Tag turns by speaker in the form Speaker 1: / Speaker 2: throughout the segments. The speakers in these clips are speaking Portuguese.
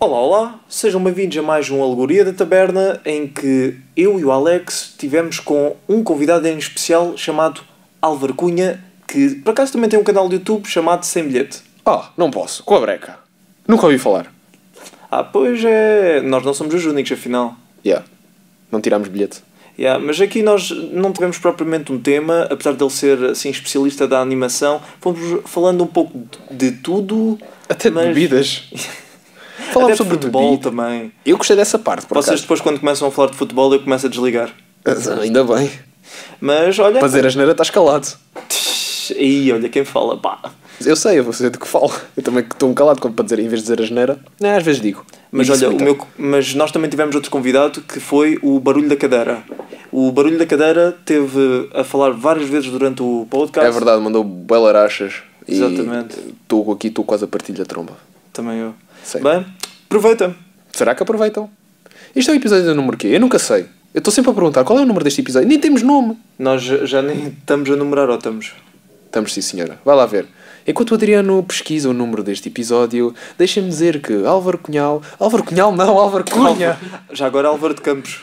Speaker 1: Olá, olá, sejam bem-vindos a mais um Alegoria da Taberna em que eu e o Alex tivemos com um convidado em especial chamado Álvaro Cunha, que por acaso também tem um canal de YouTube chamado Sem Bilhete.
Speaker 2: Ah, não posso. Com a breca. Nunca ouvi falar.
Speaker 1: Ah, pois é, nós não somos os únicos afinal.
Speaker 2: Yeah. Não tirámos bilhete.
Speaker 1: Yeah, mas aqui nós não tivemos propriamente um tema, apesar dele ser assim especialista da animação, fomos falando um pouco de tudo.
Speaker 2: Até de
Speaker 1: Mas-
Speaker 2: bebidas.
Speaker 1: Até
Speaker 2: Falámos
Speaker 1: de
Speaker 2: sobre
Speaker 1: futebol
Speaker 2: bebida.
Speaker 1: também.
Speaker 2: Eu gostei dessa parte, por
Speaker 1: Vocês
Speaker 2: acaso.
Speaker 1: depois quando começam a falar de futebol eu começo a desligar.
Speaker 2: Ah, Ainda bem.
Speaker 1: Mas olha,
Speaker 2: Para dizer a geneira está escalado.
Speaker 1: aí olha quem fala, pá.
Speaker 2: Eu sei, eu vou saber do que falo. Eu também estou um calado quando para dizer, em vez de dizer a geneira. Não, às vezes digo. é
Speaker 1: Mas
Speaker 2: E disse
Speaker 1: olha, o
Speaker 2: muita-
Speaker 1: meu, mas nós também tivemos outro convidado que foi o Barulho da Cadeira. O Barulho da Cadeira teve a falar várias vezes durante o podcast.
Speaker 2: É verdade, mandou belarachas. E
Speaker 1: Exatamente.
Speaker 2: Estou aqui, estou quase a partir da tromba.
Speaker 1: Também eu.
Speaker 2: Sim.
Speaker 1: Bem, aproveita.
Speaker 2: Será que aproveitam? Isto é o episódio do número quê? Eu nunca sei. Eu estou sempre a perguntar qual é o número deste episódio. Nem temos nome.
Speaker 1: Nós já já nem estamos a numerar ou estamos.
Speaker 2: Estamos sim, senhora. Vai lá ver. Enquanto o Adriano pesquisa o número deste episódio, deixem-me dizer que Álvaro Cunhal... Álvaro Cunhal não, Álvaro Cunha!
Speaker 1: Já agora Álvaro de Campos.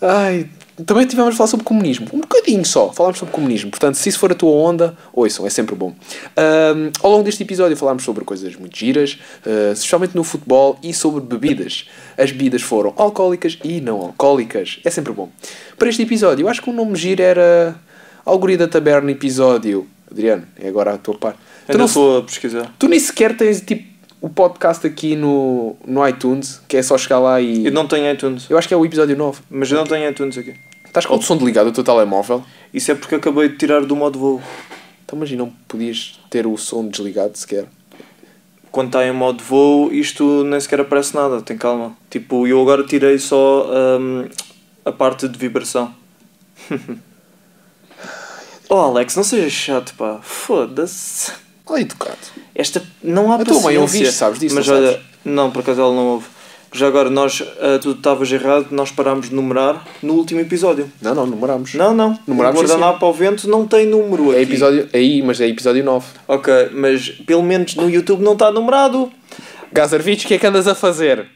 Speaker 2: Ai, também tivemos a falar sobre comunismo. Um bocadinho só. Falámos sobre comunismo. Portanto, se isso for a tua onda, ouçam, é sempre bom. Ahm, ao longo deste episódio falámos sobre coisas muito giras, ah, especialmente no futebol, e sobre bebidas. As bebidas foram alcoólicas e não alcoólicas. É sempre bom. Para este episódio, eu acho que o nome giro era... Algoria da Taberna, episódio... Adriano, é agora a tua parte.
Speaker 1: Eu não estou a pesquisar.
Speaker 2: Tu nem sequer tens tipo o podcast aqui no, no iTunes, que é só chegar lá e.
Speaker 1: Eu não tenho iTunes.
Speaker 2: Eu acho que é o episódio 9.
Speaker 1: Mas eu não tenho iTunes aqui.
Speaker 2: Estás com o som desligado do teu telemóvel.
Speaker 1: Isso é porque acabei de tirar do modo voo.
Speaker 2: Então imagina, não podias ter o som desligado sequer.
Speaker 1: Quando está em modo voo, isto nem sequer aparece nada. Tem calma. Tipo, eu agora tirei só hum, a parte de vibração. oh Alex, não seja chato, pá. Foda-se.
Speaker 2: Olha, é educado.
Speaker 1: Esta não há
Speaker 2: A tua mãe
Speaker 1: paciência.
Speaker 2: ouviste, sabes disso,
Speaker 1: Mas
Speaker 2: não
Speaker 1: olha,
Speaker 2: sabes?
Speaker 1: não, por acaso ela não ouve. Já agora, nós, ah, tu estavas errado, nós parámos de numerar no último episódio.
Speaker 2: Não, não, numerámos.
Speaker 1: Não, não.
Speaker 2: Numerámos,
Speaker 1: o
Speaker 2: sim,
Speaker 1: guardanapo ao vento não tem número
Speaker 2: É
Speaker 1: aqui.
Speaker 2: episódio. Aí, mas é episódio 9.
Speaker 1: Ok, mas pelo menos no YouTube não está numerado.
Speaker 2: Gazarvich, o que é que andas a fazer?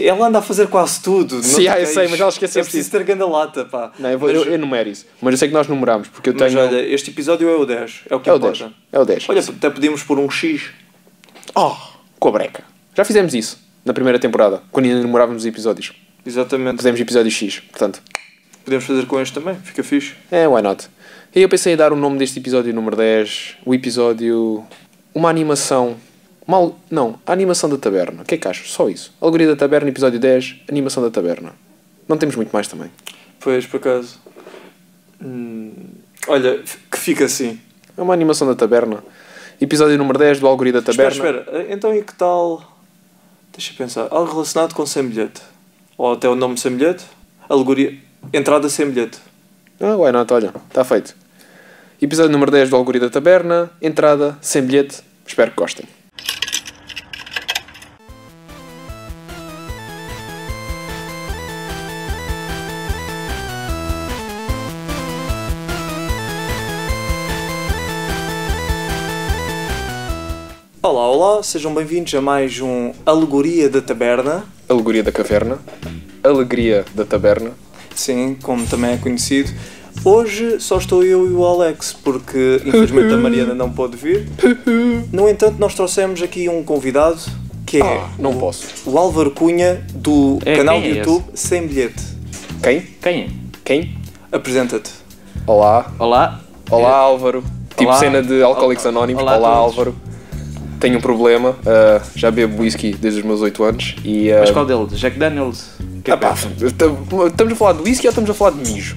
Speaker 1: Ela anda a fazer quase tudo. não
Speaker 2: Sim,
Speaker 1: te
Speaker 2: ah, eu sei,
Speaker 1: queixes.
Speaker 2: mas ela esqueceu-se
Speaker 1: É preciso ter grande lata, pá.
Speaker 2: Não, eu, vou,
Speaker 1: mas,
Speaker 2: eu, eu numero isso. Mas eu sei que nós numerámos, porque eu
Speaker 1: mas
Speaker 2: tenho.
Speaker 1: olha, este episódio é o 10. É o que
Speaker 2: é o 10.
Speaker 1: importa.
Speaker 2: É o 10.
Speaker 1: Olha, até podíamos pôr um X.
Speaker 2: oh, com a breca. Já fizemos isso na primeira temporada, quando ainda numorávamos os episódios.
Speaker 1: Exatamente.
Speaker 2: Fizemos episódio X, portanto.
Speaker 1: Podemos fazer com este também, fica fixe.
Speaker 2: É, why not? E eu pensei em dar o nome deste episódio número 10, o episódio. Uma animação. Mal. Não, a animação da taberna. O que é que achas? Só isso. Alegoria da taberna, episódio 10, animação da taberna. Não temos muito mais também.
Speaker 1: Pois, por acaso. Hum, olha, f- que fica assim.
Speaker 2: É uma animação da taberna. Episódio número 10 do Alegoria da
Speaker 1: Espera,
Speaker 2: taberna.
Speaker 1: espera. Então e que tal. Deixa eu pensar. Algo relacionado com sem bilhete. Ou até o nome sem bilhete. Alegoria. Entrada sem bilhete.
Speaker 2: Ah, why not? Olha, está feito. Episódio número 10 do Algoria da taberna, entrada, sem bilhete. Espero que gostem.
Speaker 1: Olá, olá, sejam bem-vindos a mais um Alegoria da Taberna.
Speaker 2: Alegoria da caverna, alegria da taberna.
Speaker 1: Sim, como também é conhecido. Hoje só estou eu e o Alex, porque infelizmente a Mariana não pôde vir. No entanto, nós trouxemos aqui um convidado que é
Speaker 2: Ah, não posso.
Speaker 1: o Álvaro Cunha do
Speaker 3: É,
Speaker 1: canal do
Speaker 3: quem é
Speaker 1: YouTube Sem Bilhete.
Speaker 2: Quem?
Speaker 3: Quem é?
Speaker 2: Quem?
Speaker 1: Apresenta-te.
Speaker 2: Olá,
Speaker 3: Olá.
Speaker 2: Olá Álvaro. Tipo
Speaker 3: É. Olá.
Speaker 2: cena de Alcoólicos Anónimos. Olá,
Speaker 3: Olá a todos.
Speaker 2: Álvaro. Tenho um problema. ah, já bebo whisky desde os meus 8 anos e. ah,
Speaker 3: Mas qual é deles? Jack Daniels? Que
Speaker 2: ah, pá, tam- estamos a falar de whisky ou estamos a falar de mijo?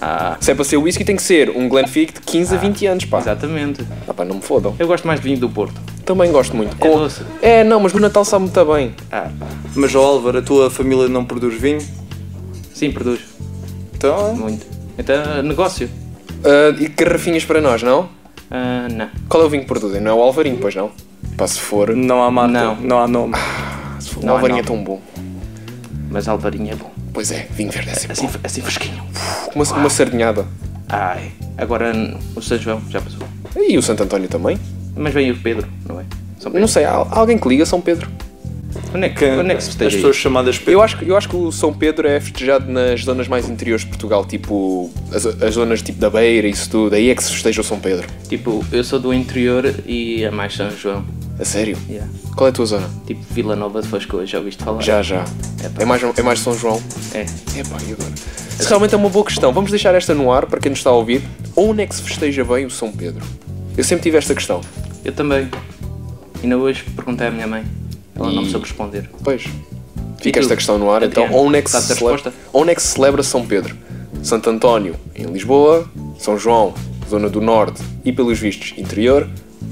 Speaker 3: Ah,
Speaker 2: Se é para ser whisky, tem que ser um Glenfiddich de 15 a 20 anos, pá.
Speaker 3: exatamente.
Speaker 2: Ah, pá, não me fodam.
Speaker 3: Eu gosto mais de vinho do Porto.
Speaker 2: Também gosto muito.
Speaker 3: É doce.
Speaker 2: É, não, mas do Natal sabe muito bem.
Speaker 3: Ah,
Speaker 1: Mas, ó Álvaro, a tua família não produz vinho?
Speaker 3: sim, produz.
Speaker 1: Então,
Speaker 3: Muito. Então, negócio?
Speaker 2: Ah, e garrafinhas para nós, não?
Speaker 3: Ah, não.
Speaker 2: Qual é o vinho que produzem? Não é o Alvarinho, pois não? Pá, se for.
Speaker 1: não há marca, não,
Speaker 3: Não.
Speaker 1: há nome.
Speaker 2: se for, o
Speaker 3: Não,
Speaker 2: Alvarinho
Speaker 3: não.
Speaker 2: é tão bom.
Speaker 3: Mas Alvarinho é bom.
Speaker 2: Pois é, vinho verde é sempre
Speaker 3: Assim, assim fresquinho.
Speaker 2: bom. Uma, uma sardinhada.
Speaker 3: Ai, agora n- o São João já passou.
Speaker 2: E o Santo António também?
Speaker 3: Mas vem o Pedro, não é? São Pedro.
Speaker 2: Não sei, há há alguém que liga São Pedro.
Speaker 3: Onde é que,
Speaker 1: Que
Speaker 3: onde é que
Speaker 1: as
Speaker 3: se festeja
Speaker 1: pessoas
Speaker 3: isso?
Speaker 1: chamadas Pedro.
Speaker 2: Eu acho, que- eu acho que o São Pedro é festejado nas zonas mais interiores de Portugal, tipo as, as zonas tipo da Beira, isso tudo. Aí é que se festeja o São Pedro.
Speaker 3: Tipo, eu sou do interior e é mais São João.
Speaker 2: A sério?
Speaker 3: Yeah.
Speaker 2: Qual é a tua zona?
Speaker 3: Tipo, Vila Nova de Fascoa, já ouviste falar?
Speaker 2: Já, já. É mais, é mais São João.
Speaker 3: É.
Speaker 2: Epá, e agora? Isso realmente é uma boa questão. Vamos deixar esta no ar para quem nos está a ouvir. Onde é que se festeja bem o São Pedro? Eu sempre tive esta questão.
Speaker 3: Eu também. Ainda hoje perguntei à minha mãe. Ela não me
Speaker 2: E-
Speaker 3: soube responder.
Speaker 2: Pois. Fica
Speaker 3: E tu,
Speaker 2: esta questão no ar. Então,
Speaker 3: Adriano,
Speaker 2: onde é, que se
Speaker 3: sabes a
Speaker 2: celebra,
Speaker 3: resposta?
Speaker 2: onde é que se celebra São Pedro? Santo António, em Lisboa. São João, zona do Norte. E, pelos vistos, interior.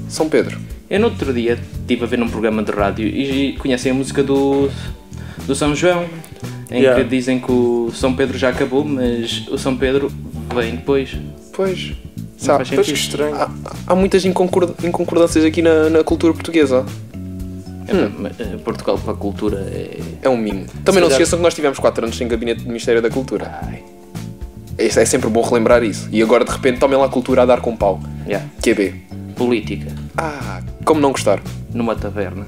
Speaker 2: São Pedro.
Speaker 3: Eu no outro dia estive a ver num programa de rádio e conhecem a música do, do São João, em
Speaker 1: Yeah.
Speaker 3: que dizem que o São Pedro já acabou, mas o São Pedro vem depois.
Speaker 2: Pois. Sabe,
Speaker 3: faz
Speaker 1: Pois que
Speaker 3: sentido.
Speaker 1: estranho.
Speaker 2: há, há muitas inconcord- inconcordâncias aqui na, na cultura portuguesa.
Speaker 3: É,
Speaker 1: Hum.
Speaker 3: mas, eh, Portugal para a cultura é.
Speaker 2: É um mimo. Também não
Speaker 1: calhar-
Speaker 2: se esqueçam que nós tivemos 4 anos sem gabinete do Ministério da Cultura.
Speaker 3: Ai.
Speaker 2: É, é sempre bom relembrar isso. E agora, de repente, tomem lá a cultura a dar com pau.
Speaker 3: Yeah.
Speaker 2: QB.
Speaker 3: Política,
Speaker 2: Ah, como não gostar?
Speaker 3: numa taverna.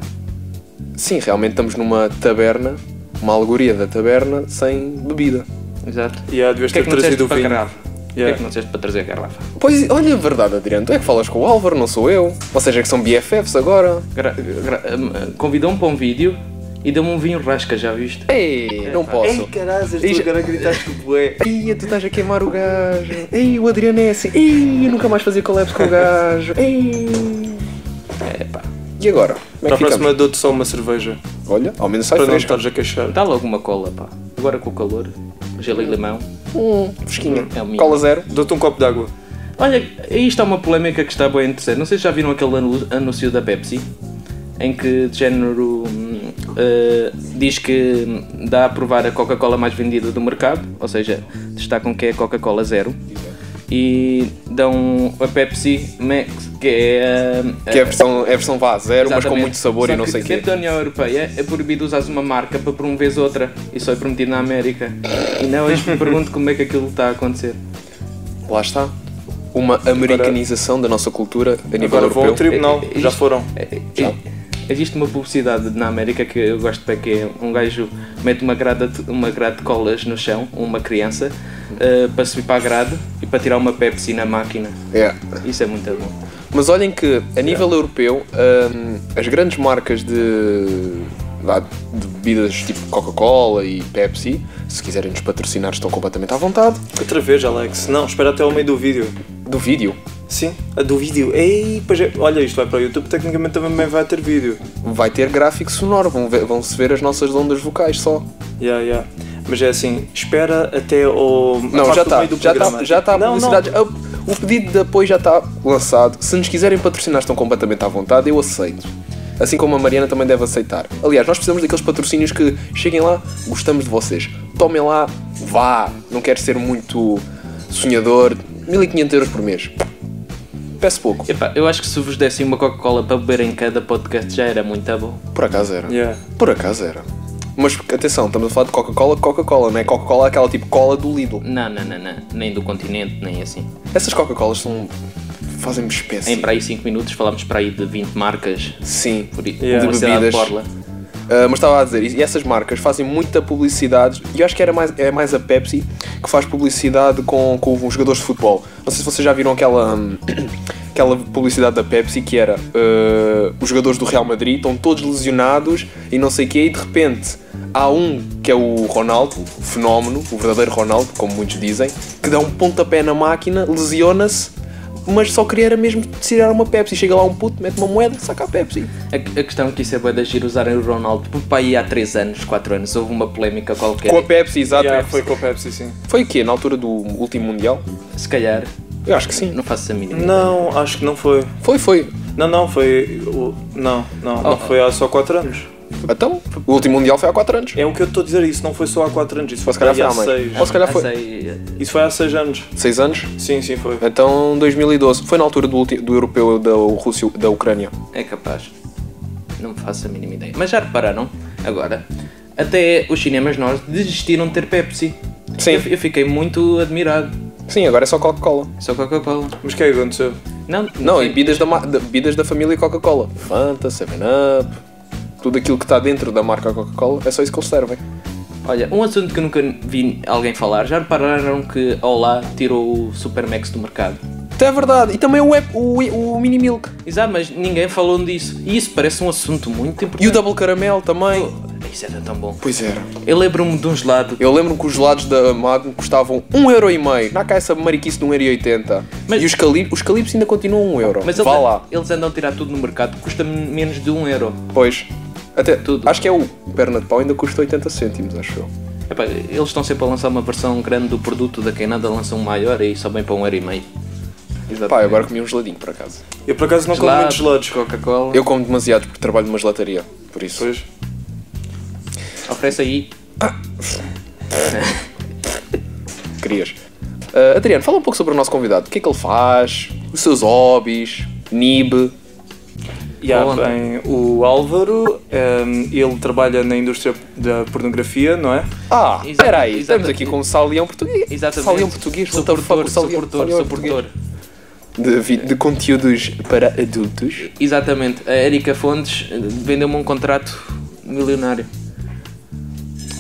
Speaker 2: Sim, realmente estamos numa taberna, uma alegoria da taberna, sem bebida.
Speaker 3: Exato.
Speaker 1: Yeah, devias
Speaker 3: O que
Speaker 1: ter
Speaker 3: é que não
Speaker 1: trazido
Speaker 3: disseste
Speaker 1: o
Speaker 3: para a
Speaker 1: vinho.
Speaker 3: garrafa? O que é
Speaker 1: Yeah.
Speaker 3: que não disseste para trazer a garrafa?
Speaker 2: Pois, olha, verdade, Adriano, tu é que falas com o Álvaro, não sou eu. Ou seja, que são BFFs agora.
Speaker 3: Gra- gra- eh, Convidou-me para um vídeo e deu-me um vinho rasca, já viste? É,
Speaker 2: Ei, não
Speaker 1: Ei,
Speaker 2: posso.
Speaker 1: caralho,
Speaker 2: Isso-
Speaker 1: tu agora gritaste bué.
Speaker 2: Ei, tu estás a queimar o gajo. Ei, o Adriano é assim. Ei, eu nunca mais fazia collabs com o gajo. Ei.
Speaker 3: É pá.
Speaker 2: E agora? Como é
Speaker 1: Para
Speaker 2: que
Speaker 1: a próxima
Speaker 2: ficamos?
Speaker 1: dou-te só uma cerveja.
Speaker 2: Olha, ao menos sai
Speaker 1: Para não
Speaker 2: fresco.
Speaker 1: estares a queixar.
Speaker 3: Dá logo uma cola, pá. Agora com o calor, gelo e limão.
Speaker 2: Hum, fresquinho.
Speaker 3: É o mínimo.
Speaker 2: Cola zero.
Speaker 1: Dou-te um copo d'água.
Speaker 3: Olha, aí está uma polémica que está bem interessante. Não sei se já viram aquele anu- anúncio da Pepsi em que de género hum, eh, diz que hum, dá a provar a Coca-Cola mais vendida do mercado, ou seja, destacam que é a Coca-Cola Zero. E dão a Pepsi Max, que é a.
Speaker 2: Que é a versão, é a versão vá, zero, mas com
Speaker 3: Exatamente.
Speaker 2: muito sabor
Speaker 3: Só
Speaker 2: e não
Speaker 3: que
Speaker 2: sei o quê.
Speaker 3: Dentro da União Europeia é proibido usar uma marca para promover outra e só é permitido na América. E não, hoje me pergunto como é que aquilo está a acontecer.
Speaker 2: Lá está. Uma americanização da nossa cultura a nível
Speaker 1: Agora vão ao
Speaker 2: europeu.
Speaker 1: tribunal.
Speaker 3: É- é-
Speaker 1: Já
Speaker 3: isto-
Speaker 1: foram.
Speaker 3: É- é- Existe uma publicidade na América que eu gosto bem, que é um gajo mete uma grade, uma grade de colas no chão, uma criança, eh, para subir para a grade e para tirar uma Pepsi na máquina.
Speaker 2: É.
Speaker 3: Isso é muito bom.
Speaker 2: Mas olhem que a nível europeu, hum, as grandes marcas de, vá, de bebidas tipo Coca-Cola e Pepsi, se quiserem nos patrocinar, estão completamente à vontade.
Speaker 1: Outra vez, Alex. Não, espera até ao meio do vídeo.
Speaker 2: Do vídeo.
Speaker 1: Sim, a do vídeo. Ei, pois é. Olha, isto vai para o YouTube, tecnicamente também vai ter vídeo.
Speaker 2: Vai ter gráfico sonoro, vão ver- vão-se ver as nossas ondas vocais só.
Speaker 1: Yeah, yeah. Mas é assim, espera até ao. a
Speaker 2: Não,
Speaker 1: parte
Speaker 2: já
Speaker 1: do
Speaker 2: está.
Speaker 1: meio do
Speaker 2: Já está
Speaker 1: programa.
Speaker 2: já tá a
Speaker 1: Não, não.
Speaker 2: publicidade. Ah, O pedido de apoio já está lançado. Se nos quiserem patrocinar, estão completamente à vontade. Eu aceito. Assim como a Mariana também deve aceitar. Aliás, nós precisamos daqueles patrocínios que cheguem lá, gostamos de vocês. Tomem lá, vá. Não quero ser muito sonhador. 1500 euros por mês. Peço pouco.
Speaker 3: Epá, eu acho que se vos dessem uma Coca-Cola para beber em cada podcast já era muito bom.
Speaker 2: Por acaso era.
Speaker 1: Yeah.
Speaker 2: Por acaso era. Mas atenção, estamos a falar de Coca-Cola, Coca-Cola, não é Coca-Cola aquela tipo cola do Lidl.
Speaker 3: Não, não, não, não. Nem do continente, nem assim.
Speaker 2: Essas Coca-Colas são. fazem-me espécie.
Speaker 3: Em para aí 5 minutos falámos para aí de 20 marcas.
Speaker 2: Sim,
Speaker 3: Por i-
Speaker 1: Yeah.
Speaker 2: de
Speaker 3: publicidade
Speaker 2: bebidas.
Speaker 3: borla.
Speaker 2: Ah, mas estava a dizer, e essas marcas fazem muita publicidade, e eu acho que era mais, é mais a Pepsi que faz publicidade com, com os jogadores de futebol. Não sei se vocês já viram aquela, hum, aquela publicidade da Pepsi que era ah, os jogadores do Real Madrid estão todos lesionados e não sei o quê, e de repente há um que é o Ronaldo, o fenómeno, o verdadeiro Ronaldo, como muitos dizem, que dá um pontapé na máquina, lesiona-se, mas só queria era mesmo tirar uma Pepsi. Chega lá um puto, mete uma moeda, saca a Pepsi.
Speaker 3: A, a questão é que isso é boa de agir usarem o Ronaldo. Porque para aí há 3 anos, 4 anos, houve uma polémica qualquer.
Speaker 2: Com a Tá Pepsi, exato.
Speaker 1: Yeah, foi com a Pepsi, sim.
Speaker 2: Foi o quê? Na altura do último Mundial?
Speaker 3: Se calhar,
Speaker 2: Eu acho que sim.
Speaker 3: não faço a mínima.
Speaker 1: Não, acho que não foi.
Speaker 2: Foi, foi.
Speaker 1: Não, não, foi. o- Não, não, não foi há só 4 anos.
Speaker 2: Então, o último Mundial foi há 4 anos.
Speaker 1: É o que eu estou a dizer, isso não foi só há 4 anos, isso
Speaker 2: Ou
Speaker 1: foi,
Speaker 2: se calhar foi
Speaker 1: há
Speaker 2: há mais.
Speaker 1: 6.
Speaker 2: Ou se calhar foi
Speaker 3: Sei,
Speaker 1: Isso foi há 6 anos.
Speaker 2: 6 anos.
Speaker 1: Sim, sim, foi.
Speaker 2: Então, 2012. Foi na altura do, ulti- do europeu da, Rússia, da Ucrânia.
Speaker 3: é capaz. Não me faço a mínima ideia. Mas já repararam, agora, até os cinemas nós desistiram de ter Pepsi.
Speaker 2: Sim.
Speaker 3: Eu, eu fiquei muito admirado.
Speaker 2: Sim, agora é só Coca-Cola.
Speaker 3: Só Coca-Cola.
Speaker 1: Mas o que é que aconteceu?
Speaker 3: Não,
Speaker 2: Não,
Speaker 3: sei.
Speaker 2: e bebidas da, ma- da- bebidas da família Coca-Cola. Fanta, 7-Up. tudo aquilo que está dentro da marca Coca-Cola, é só isso que eles servem.
Speaker 3: Olha, um assunto que eu nunca vi alguém falar. Já repararam que a Olá tirou o Supermax do mercado?
Speaker 2: Então é verdade. E também o, Ep- o, o Mini Milk.
Speaker 3: Exato, mas ninguém falou disso. E isso parece um assunto muito importante.
Speaker 2: E o Double Caramel também.
Speaker 3: Isso era tão bom.
Speaker 2: Pois era.
Speaker 3: Eu lembro-me de um gelado.
Speaker 2: Eu lembro que os gelados da Magnum custavam 1,5€. Não há cá essa mariquice de 1,80€.
Speaker 3: Mas-
Speaker 2: E os, cali os calipsos ainda continuam 1€.
Speaker 3: Mas eles,
Speaker 2: Vá lá.
Speaker 3: eles andam a tirar tudo no mercado, custa menos de um euro.
Speaker 2: Pois. Até,
Speaker 3: Tudo.
Speaker 2: Acho que é o perna de pau, ainda custa 80 cêntimos, acho eu.
Speaker 3: Epá, eles estão sempre a lançar uma versão grande do produto, da quem nada lança um maior e só bem para um euro e meio. Exato.
Speaker 2: Pá, eu agora comi um geladinho, por acaso.
Speaker 1: Eu por acaso não como muitos lados.
Speaker 3: Coca-Cola.
Speaker 2: Eu como demasiado porque trabalho numa gelataria, por isso.
Speaker 1: Pois.
Speaker 3: Oferece aí.
Speaker 2: Querias. Ah, Adriano, fala um pouco sobre o nosso convidado. O que é que ele faz? Os seus hobbies? Nib?
Speaker 1: Yeah,
Speaker 3: Onde?
Speaker 1: bem, o Álvaro, ehm, ele trabalha na indústria da pornografia, não é?
Speaker 2: Ah,
Speaker 3: Exata-
Speaker 2: espera aí. Estamos
Speaker 3: exata-
Speaker 2: aqui com o Salião português.
Speaker 3: Exatamente.
Speaker 1: um
Speaker 2: Salião português. what the
Speaker 3: Suportor,
Speaker 2: fuck, o
Speaker 3: suportor,
Speaker 2: Salião-
Speaker 3: suportor.
Speaker 2: Salião é português. de, vi- de conteúdos para adultos.
Speaker 3: Exatamente. A Erika Fontes eh, vendeu-me um contrato milionário.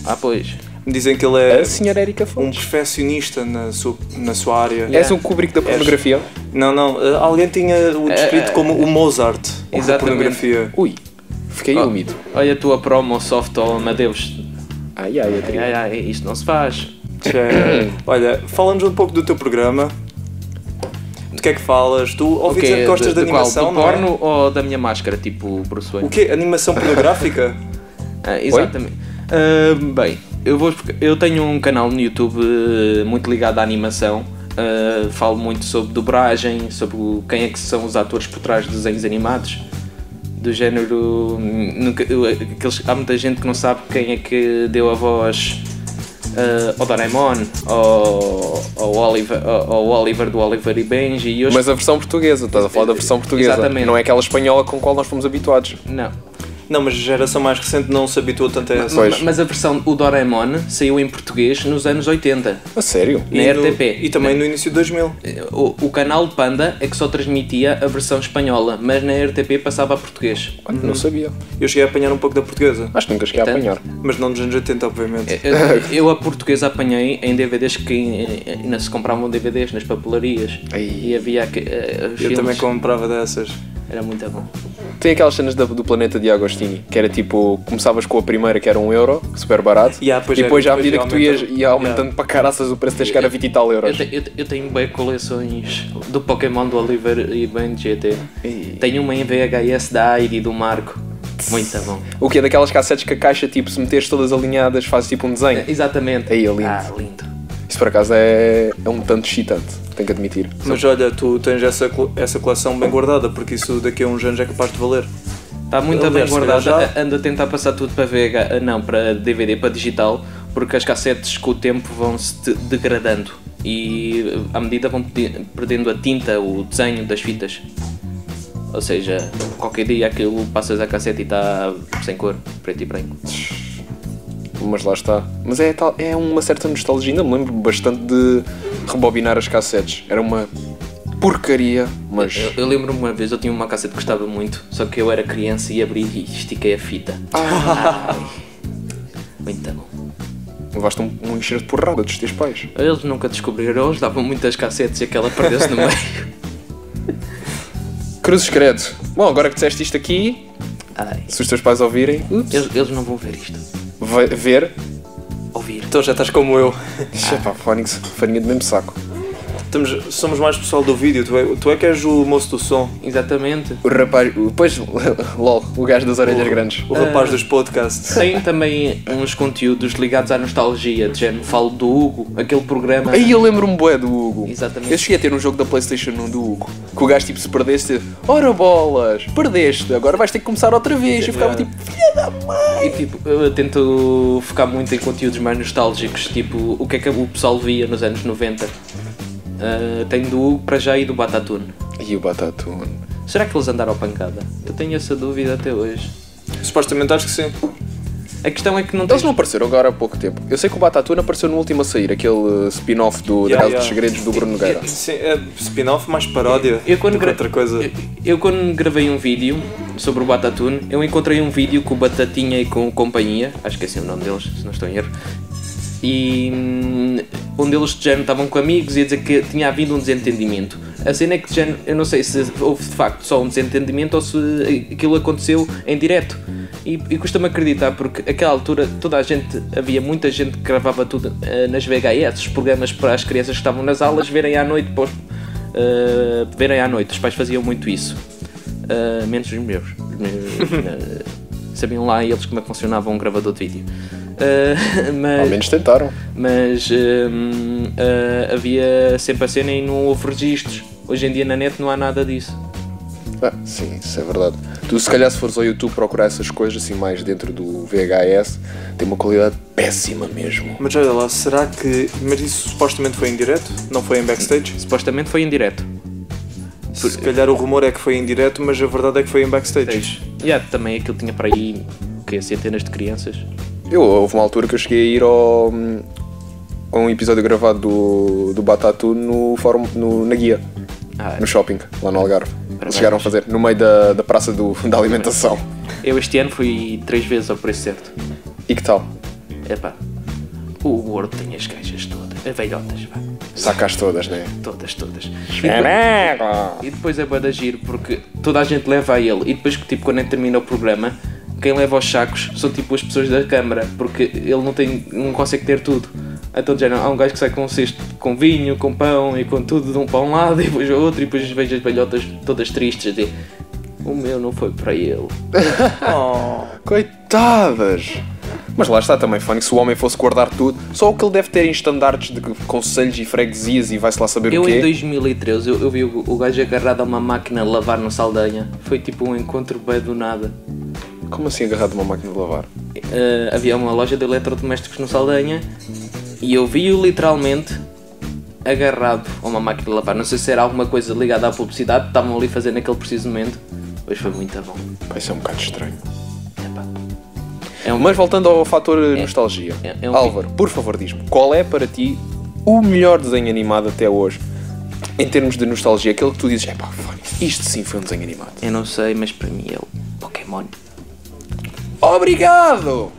Speaker 3: Ah, pois.
Speaker 1: Dizem que ele
Speaker 2: A
Speaker 1: é
Speaker 2: senhora Erika
Speaker 1: um
Speaker 2: Fontes.
Speaker 1: perfeccionista na sua, na sua área.
Speaker 3: É?
Speaker 2: És um Kubrick da pornografia?
Speaker 1: Não, não, eh, alguém tinha o descrito como o Mozart da
Speaker 3: É, Exatamente.
Speaker 1: pornografia.
Speaker 2: Ui, fiquei
Speaker 3: Oh,
Speaker 2: úmido.
Speaker 3: Olha a tua promo soft, oh meu Deus.
Speaker 2: Ai, ai,
Speaker 3: Ai,
Speaker 2: Adriano.
Speaker 3: ai, ai, isto não se faz.
Speaker 1: É, Olha, fala-nos um pouco do teu programa. Do que é que falas? Tu ouvi
Speaker 3: Ok,
Speaker 1: dizer que gostas de,
Speaker 3: qual?
Speaker 1: animação,
Speaker 3: Do
Speaker 1: não é?
Speaker 3: porno ou da minha máscara, tipo Bruce Wayne?
Speaker 1: O quê? Animação pornográfica?
Speaker 3: Ah, exatamente. Ah, bem, eu, vou, explicar- eu tenho um canal no YouTube eh, muito ligado à animação. Ah, falo muito sobre dobragem, sobre o- quem é que são os atores por trás dos desenhos animados. Do género. hum, nunca- eu- aqueles- há muita gente que não sabe quem é que deu a voz ah, ao Doraemon, ao, ao, Oliver, ao, ao Oliver do Oliver e Benji. E eu
Speaker 2: Mas a versão portuguesa, estás a falar da versão portuguesa.
Speaker 3: Exatamente.
Speaker 2: Não é aquela espanhola com a qual nós fomos habituados.
Speaker 3: Não.
Speaker 1: não, mas a geração mais recente não se habituou tanto a essa.
Speaker 2: Pois.
Speaker 3: Mas a versão O Doraemon saiu em português nos anos 80,
Speaker 2: A sério?
Speaker 1: E
Speaker 3: na
Speaker 1: no-
Speaker 3: RTP.
Speaker 1: E também no início de 2000.
Speaker 3: O, o canal Panda é que só transmitia a versão espanhola, mas na RTP passava a português.
Speaker 2: Olha, Não sabia.
Speaker 1: Eu cheguei a apanhar um pouco da portuguesa,
Speaker 2: Acho que nunca cheguei a
Speaker 3: Portanto,
Speaker 2: apanhar.
Speaker 1: mas não dos anos 80, obviamente.
Speaker 3: Eu, eu a portuguesa apanhei em DVDs que ainda se compravam DVDs nas papelarias
Speaker 2: Ai.
Speaker 3: e havia que- eh, os
Speaker 1: Eu
Speaker 3: filmes.
Speaker 1: também comprava dessas.
Speaker 3: Era muito bom.
Speaker 2: Tem aquelas cenas da- do planeta de Agostini, que era tipo, começavas com a primeira que era um euro, super barato,
Speaker 1: Yeah, pois
Speaker 2: e
Speaker 1: é,
Speaker 2: depois já à
Speaker 1: depois
Speaker 2: medida
Speaker 1: ia
Speaker 2: que tu ias,
Speaker 1: aumentando.
Speaker 2: ia aumentando para caraças o preço até chegar a 20 e tal
Speaker 3: Eu,
Speaker 2: euros.
Speaker 3: te- eu te- eu tenho bem coleções do Pokémon do Oliver e bem GT. Tenho uma em VHS da Heidi e do Marco. Muito bom.
Speaker 2: O que é daquelas cassetes que a caixa, tipo, se meteres todas alinhadas, faz tipo um desenho.
Speaker 3: Exatamente.
Speaker 2: Aí, é lindo.
Speaker 3: Ah, lindo.
Speaker 2: Isso por acaso é, é um tanto excitante, tenho que admitir.
Speaker 1: Mas olha, tu tens essa, cole- essa coleção bem guardada, porque isso daqui a uns anos é capaz de valer.
Speaker 3: Está Tá muito
Speaker 1: Aliás,
Speaker 3: bem
Speaker 1: se calhar
Speaker 3: guardada.
Speaker 1: já-
Speaker 3: Ando a tentar passar tudo para VH, não, para DVD, para digital, porque as cassetes com o tempo vão-se de- degradando e à medida vão pedi- perdendo a tinta, o desenho das fitas. Ou seja, qualquer dia aquilo passas a cassete e está sem cor, preto e branco.
Speaker 2: Mas lá está. Mas é, tal, é uma certa nostalgia, ainda me lembro bastante de rebobinar as cassetes. Era uma porcaria, mas.
Speaker 3: Eu, eu lembro-me uma vez, eu tinha uma cassete que gostava muito, só que eu era criança e abri e estiquei a fita. Ai, muito bom.
Speaker 2: Levaste um, um encher de porrada dos teus pais.
Speaker 3: Eles nunca descobriram, eles davam muitas cassetes e aquela perdeu-se no meio.
Speaker 2: Cruzes credo. Bom, agora que disseste isto aqui,
Speaker 3: Ai.
Speaker 2: se os teus pais ouvirem,
Speaker 3: Eles, eles não vão ver isto.
Speaker 2: vai ver.
Speaker 3: Ouvir.
Speaker 1: Então já estás como eu.
Speaker 2: Epá, Fónix, farinha do mesmo saco.
Speaker 1: Estamos, somos mais pessoal do vídeo, tu é, tu é que és o moço do som,
Speaker 3: Exatamente.
Speaker 2: O rapaz. o- Pois, lol, o gajo das orelhas grandes.
Speaker 1: o
Speaker 3: Ah.
Speaker 1: rapaz dos podcasts.
Speaker 3: Tem também uns conteúdos ligados à nostalgia, de género, falo do Hugo, aquele programa.
Speaker 2: Aí eu lembro-me bué do Hugo.
Speaker 3: Exatamente.
Speaker 2: Eu cheguei a ter um jogo da Playstation 1 do Hugo. Que o gajo tipo se perdesse, ora bolas, perdeste, agora vais ter que começar outra vez. Eu ficava tipo, filha da mãe.
Speaker 3: E tipo, eu tento focar muito em conteúdos mais nostálgicos, tipo o que é que o pessoal via nos anos 90. Ah, tenho do Hugo para já e do Batatune.
Speaker 2: E o Batatune.
Speaker 3: Será que eles andaram à pancada? Eu tenho essa dúvida até hoje.
Speaker 1: Supostamente acho que sim.
Speaker 3: A questão é que não
Speaker 2: Eles
Speaker 3: tens...
Speaker 2: não apareceram agora há pouco tempo. Eu sei que o Batatuna apareceu no último a sair, aquele uh, spin-off do
Speaker 1: Yeah,
Speaker 2: da Casa
Speaker 1: yeah.
Speaker 2: dos Segredos do Bruno Nogueira.
Speaker 1: Sim, é spin-off mais paródia
Speaker 3: Eu quando,
Speaker 1: do que
Speaker 3: gra-
Speaker 1: outra coisa.
Speaker 3: Eu, eu quando gravei um vídeo sobre o Batatune, eu encontrei um vídeo com o Batatinha e com a companhia, acho que é assim o nome deles, se não estou em erro, e hum, onde eles de género estavam com amigos e a dizer que tinha havido um desentendimento. A cena é que de género, eu não sei se houve de facto só um desentendimento ou se aquilo aconteceu em direto. E, e custa-me acreditar porque naquela altura toda a gente, havia muita gente que gravava tudo eh, nas VHS, os programas para as crianças que estavam nas aulas verem à noite para os, Uh, verem à noite. Os pais faziam muito isso. Uh, menos os meus. Os meus, uh, sabiam lá eles como é que funcionava um gravador de vídeo. Uh,
Speaker 2: Ao
Speaker 3: mas
Speaker 2: menos tentaram.
Speaker 3: mas um, uh, havia sempre a cena e não houve registros. Hoje em dia na net não há nada disso.
Speaker 2: Ah, sim, isso é verdade. Tu, se calhar, se fores ao YouTube procurar essas coisas, assim, mais dentro do VHS, tem uma qualidade péssima mesmo.
Speaker 1: Mas olha lá, será que. Mas isso supostamente foi em direto? Não foi em backstage?
Speaker 3: Supostamente foi em direto.
Speaker 1: Se calhar o rumor é que foi em direto, mas a verdade é que foi em backstage.
Speaker 3: E há também aquilo tinha para aí o quê? centenas de crianças.
Speaker 2: Eu, houve uma altura que eu cheguei a ir ao, a um episódio gravado do, do Batatu no, fórum, no, na guia,
Speaker 3: Ah,
Speaker 2: no shopping, lá no Algarve. Eles
Speaker 3: Parabéns.
Speaker 2: chegaram a fazer, no meio da, da praça do, da alimentação.
Speaker 3: eu este ano fui três vezes ao preço certo.
Speaker 2: E que tal?
Speaker 3: Epá, o Word tem as gajas todas, as velhotas, pá.
Speaker 2: Sacas todas, né?
Speaker 3: Todas, todas. E depois, e depois é bué de giro porque toda a gente leva a ele e depois que tipo quando termina o programa, quem leva aos sacos são tipo as pessoas da câmara, porque ele não tem. não consegue ter tudo. Então já há um gajo que sai com um cesto com vinho, com pão e com tudo de um para um lado e depois ao outro e depois vejo as velhotas todas tristes a dizer o meu não foi para ele.
Speaker 1: Oh,
Speaker 2: Coitadas! Mas lá está também, Fanny, se o homem fosse guardar tudo, só o que ele deve ter em estandartes de conselhos e freguesias e vai-se lá saber
Speaker 3: Eu
Speaker 2: o quê.
Speaker 3: em 2013 eu, eu vi o, o gajo agarrado a uma máquina a lavar no Saldanha. Foi tipo um encontro bem do nada.
Speaker 2: Como assim agarrado a uma máquina de lavar?
Speaker 3: Eh, havia uma loja de eletrodomésticos no Saldanha e eu vi-o literalmente agarrado a uma máquina de lavar. Não sei se era alguma coisa ligada à publicidade, estavam ali fazendo naquele preciso momento, mas foi muito bom.
Speaker 2: Vai ser um bocado estranho.
Speaker 3: Epá. É um
Speaker 2: Mas voltando ao fator nostalgia,
Speaker 3: é- é um-
Speaker 2: Álvaro, por favor, diz-me, qual é para ti o melhor desenho animado até hoje? Em termos de nostalgia, aquele que tu dizes, é pá, isto sim foi um desenho animado.
Speaker 3: Eu não sei, mas para mim é o Pokémon.
Speaker 2: Obrigado!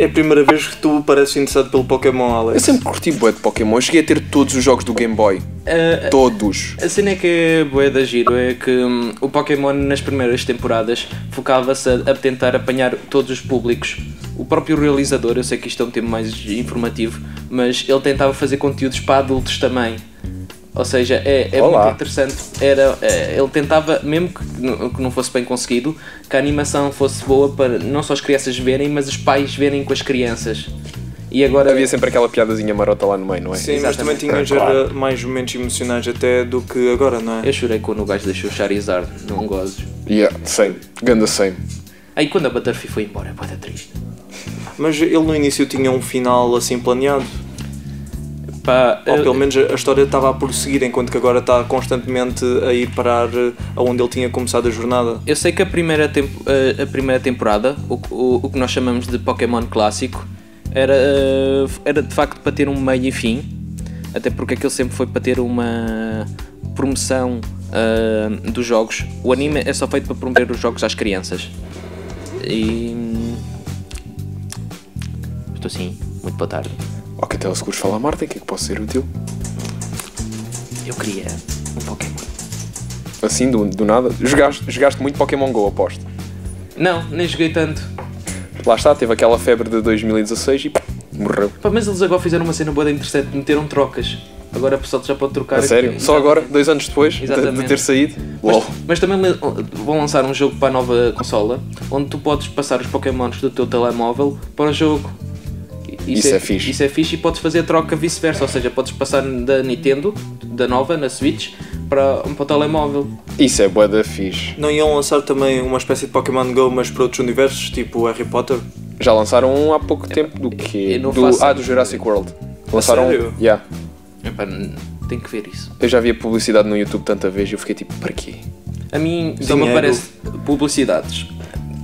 Speaker 1: é a primeira vez que tu pareces interessado pelo Pokémon,
Speaker 2: Eu
Speaker 1: Alex.
Speaker 2: sempre curti bué de Pokémon, eu cheguei a ter todos os jogos do Game Boy.
Speaker 3: Eh,
Speaker 2: Todos.
Speaker 3: A cena que é boa da giro é que hum, o Pokémon nas primeiras temporadas focava-se a, a tentar apanhar todos os públicos. O próprio realizador, eu sei que isto é um tema mais informativo, mas ele tentava fazer conteúdos para adultos também. Ou seja, é, é
Speaker 2: Olá.
Speaker 3: muito interessante. Era, é, ele tentava, mesmo que, n- que não fosse bem conseguido, que a animação fosse boa para não só as crianças verem, mas os pais verem com as crianças. E agora
Speaker 2: Havia sempre aquela piadazinha marota lá no meio, não é?
Speaker 1: Sim, mas também tinha
Speaker 2: Claro.
Speaker 1: gera mais momentos emocionais até do que agora, não é?
Speaker 3: eu chorei quando o gajo deixou o Charizard, não gozes.
Speaker 2: Yeah, same. Ganda same.
Speaker 3: Aí quando a Butterfly foi embora, pode triste.
Speaker 1: Mas ele no início tinha um final assim planeado.
Speaker 3: Pá,
Speaker 1: Ou
Speaker 3: eu-
Speaker 1: pelo menos a a história estava a prosseguir, enquanto que agora está constantemente a ir parar eh, aonde ele tinha começado a jornada.
Speaker 3: eu sei que a primeira, tempo- eh, a primeira temporada, o, que- o- o que nós chamamos de Pokémon clássico, era, eh, era de facto para ter um meio e fim, até porque aquilo sempre foi para ter uma promoção eh, dos jogos. O anime é só feito para promover os jogos às crianças. E. hum, Estou assim, muito boa tarde.
Speaker 2: Ok, até o seguros fala Marta, o que é que posso ser útil?
Speaker 3: Eu queria um Pokémon.
Speaker 2: Assim, do, do nada. Jogaste, jogaste muito Pokémon GO, aposto.
Speaker 3: Não, nem joguei tanto.
Speaker 2: Lá está, teve aquela febre de 2016 e pff, morreu.
Speaker 3: Pá, mas eles agora fizeram uma cena boa interessante, meteram trocas. Agora o pessoal já pode trocar.
Speaker 2: A sério? Só agora, dois anos depois de, de
Speaker 3: Exatamente.
Speaker 2: ter saído? LOL.
Speaker 3: Mas, mas também le- vão lançar um jogo para a nova consola, onde tu podes passar os Pokémons do teu telemóvel para o jogo.
Speaker 2: Isso é fixe.
Speaker 3: Isso é fixe e podes fazer a troca vice-versa, ou seja, podes passar da Nintendo, da nova, na Switch, para, para o telemóvel.
Speaker 2: Isso é bué da fixe.
Speaker 1: Não iam lançar também uma espécie de Pokémon Go, mas para outros universos, tipo Harry Potter?
Speaker 2: Já lançaram um há pouco tempo do quê?
Speaker 3: eu não
Speaker 2: Do,
Speaker 3: faço
Speaker 2: ah, do Jurassic World. Lançaram
Speaker 1: sério?
Speaker 2: um. Yeah.
Speaker 3: Epá, n- tenho que ver isso.
Speaker 2: Eu já vi a publicidade no YouTube tanta vez e eu fiquei tipo, para quê?
Speaker 3: A mim só me
Speaker 1: Dinheiro.
Speaker 3: aparece publicidades.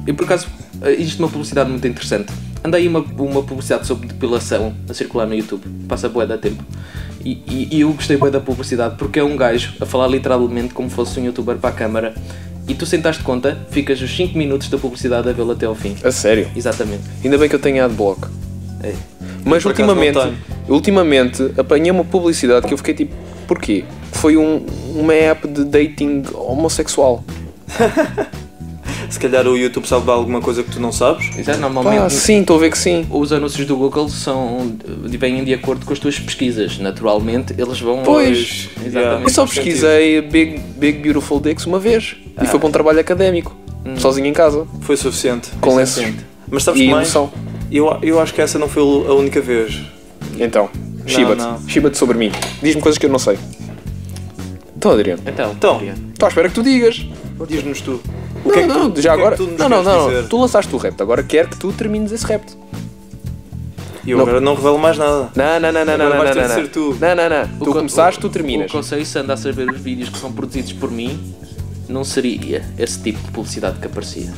Speaker 3: E por acaso, eh, existe uma publicidade muito interessante. Anda aí uma, uma publicidade sobre depilação a circular no YouTube. Passa bué da tempo. E, e- e eu gostei bué da publicidade porque é um gajo a falar literalmente como fosse um youtuber para a câmara. E tu sentaste conta, ficas os 5 minutos da publicidade a vê-lo até ao fim.
Speaker 2: A sério.
Speaker 3: Exatamente.
Speaker 2: Ainda bem que eu tenho adblock.
Speaker 3: É.
Speaker 2: Mas
Speaker 1: Por acaso
Speaker 2: ultimamente,
Speaker 1: não tenho.
Speaker 2: ultimamente apanhei uma publicidade que eu fiquei tipo, porquê? Foi um, uma app de dating homossexual.
Speaker 1: Se calhar o YouTube sabe alguma coisa que tu não sabes.
Speaker 3: Exato, normalmente
Speaker 2: Pá, sim, estou a ver que sim.
Speaker 3: os anúncios do Google são vêm de acordo com as tuas pesquisas. Naturalmente, eles vão.
Speaker 2: Pois.
Speaker 3: aos-
Speaker 1: Yeah.
Speaker 2: Eu
Speaker 3: Exatamente.
Speaker 2: só pesquisei Big, Big Beautiful Dicks uma vez e foi para um trabalho académico, sozinho em casa,
Speaker 1: Foi suficiente.
Speaker 2: com lenços
Speaker 3: Exatamente.
Speaker 1: Mas sabes é?
Speaker 2: e
Speaker 1: que mais?
Speaker 2: emoção.
Speaker 1: Eu, eu acho que essa não foi a única vez.
Speaker 2: Então,
Speaker 1: não.
Speaker 2: chiba-te, chiba-te sobre mim. Diz-me coisas que eu não sei. Então, Adriano,
Speaker 3: Então,
Speaker 1: Então,
Speaker 3: Adriano.
Speaker 2: estou à espera que tu digas.
Speaker 1: diz-nos tu. O
Speaker 2: não,
Speaker 1: que é que
Speaker 2: não,
Speaker 1: tu- o
Speaker 2: já
Speaker 1: que é
Speaker 2: agora.
Speaker 1: que tu nos
Speaker 2: não, não,
Speaker 1: queres
Speaker 2: não,
Speaker 1: dizer?
Speaker 2: Tu lançaste o repto, agora quero que tu termines esse repto.
Speaker 1: E eu
Speaker 2: Não.
Speaker 1: agora não revelo mais nada.
Speaker 2: Não, não, não, não, não,
Speaker 1: Agora
Speaker 2: não,
Speaker 1: vais ter
Speaker 2: não,
Speaker 1: de
Speaker 2: não.
Speaker 1: ser tu.
Speaker 2: Não, não, não.
Speaker 3: o
Speaker 2: tu
Speaker 3: con-
Speaker 2: começasso, tu
Speaker 3: O
Speaker 2: terminas.
Speaker 3: conselho se andasse a ver os vídeos que são produzidos por mim, não seria esse tipo de publicidade que aparecia.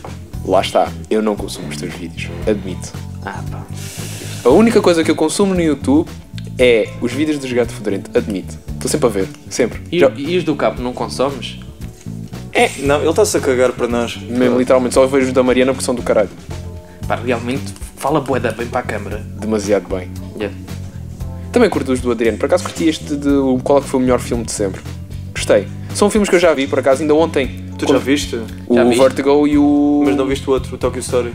Speaker 2: Lá está. Eu não consumo os teus vídeos. Admito.
Speaker 3: Ah, pá.
Speaker 2: A única coisa que eu consumo no YouTube é os vídeos dos gato fedorento. Admito. Estou sempre a ver. Sempre.
Speaker 3: E,
Speaker 2: Já-
Speaker 3: e os do Cabo não consomes?
Speaker 2: É.
Speaker 1: Não, ele está-se a cagar para nós.
Speaker 2: mesmo, literalmente, só vejo os da Mariana porque são do caralho.
Speaker 3: Pá, realmente fala boeda bem para a câmara.
Speaker 2: Demasiado bem.
Speaker 3: Yeah.
Speaker 2: Também curto os do Adriano. Por acaso curti este de qual é que foi o melhor filme de sempre. Gostei. São filmes que eu já vi, por acaso, ainda ontem.
Speaker 1: Tu já
Speaker 2: Quando-
Speaker 1: viste?
Speaker 2: O
Speaker 3: Já viste?
Speaker 2: Vertigo e o.
Speaker 1: Mas não viste o outro, o Tokyo Story.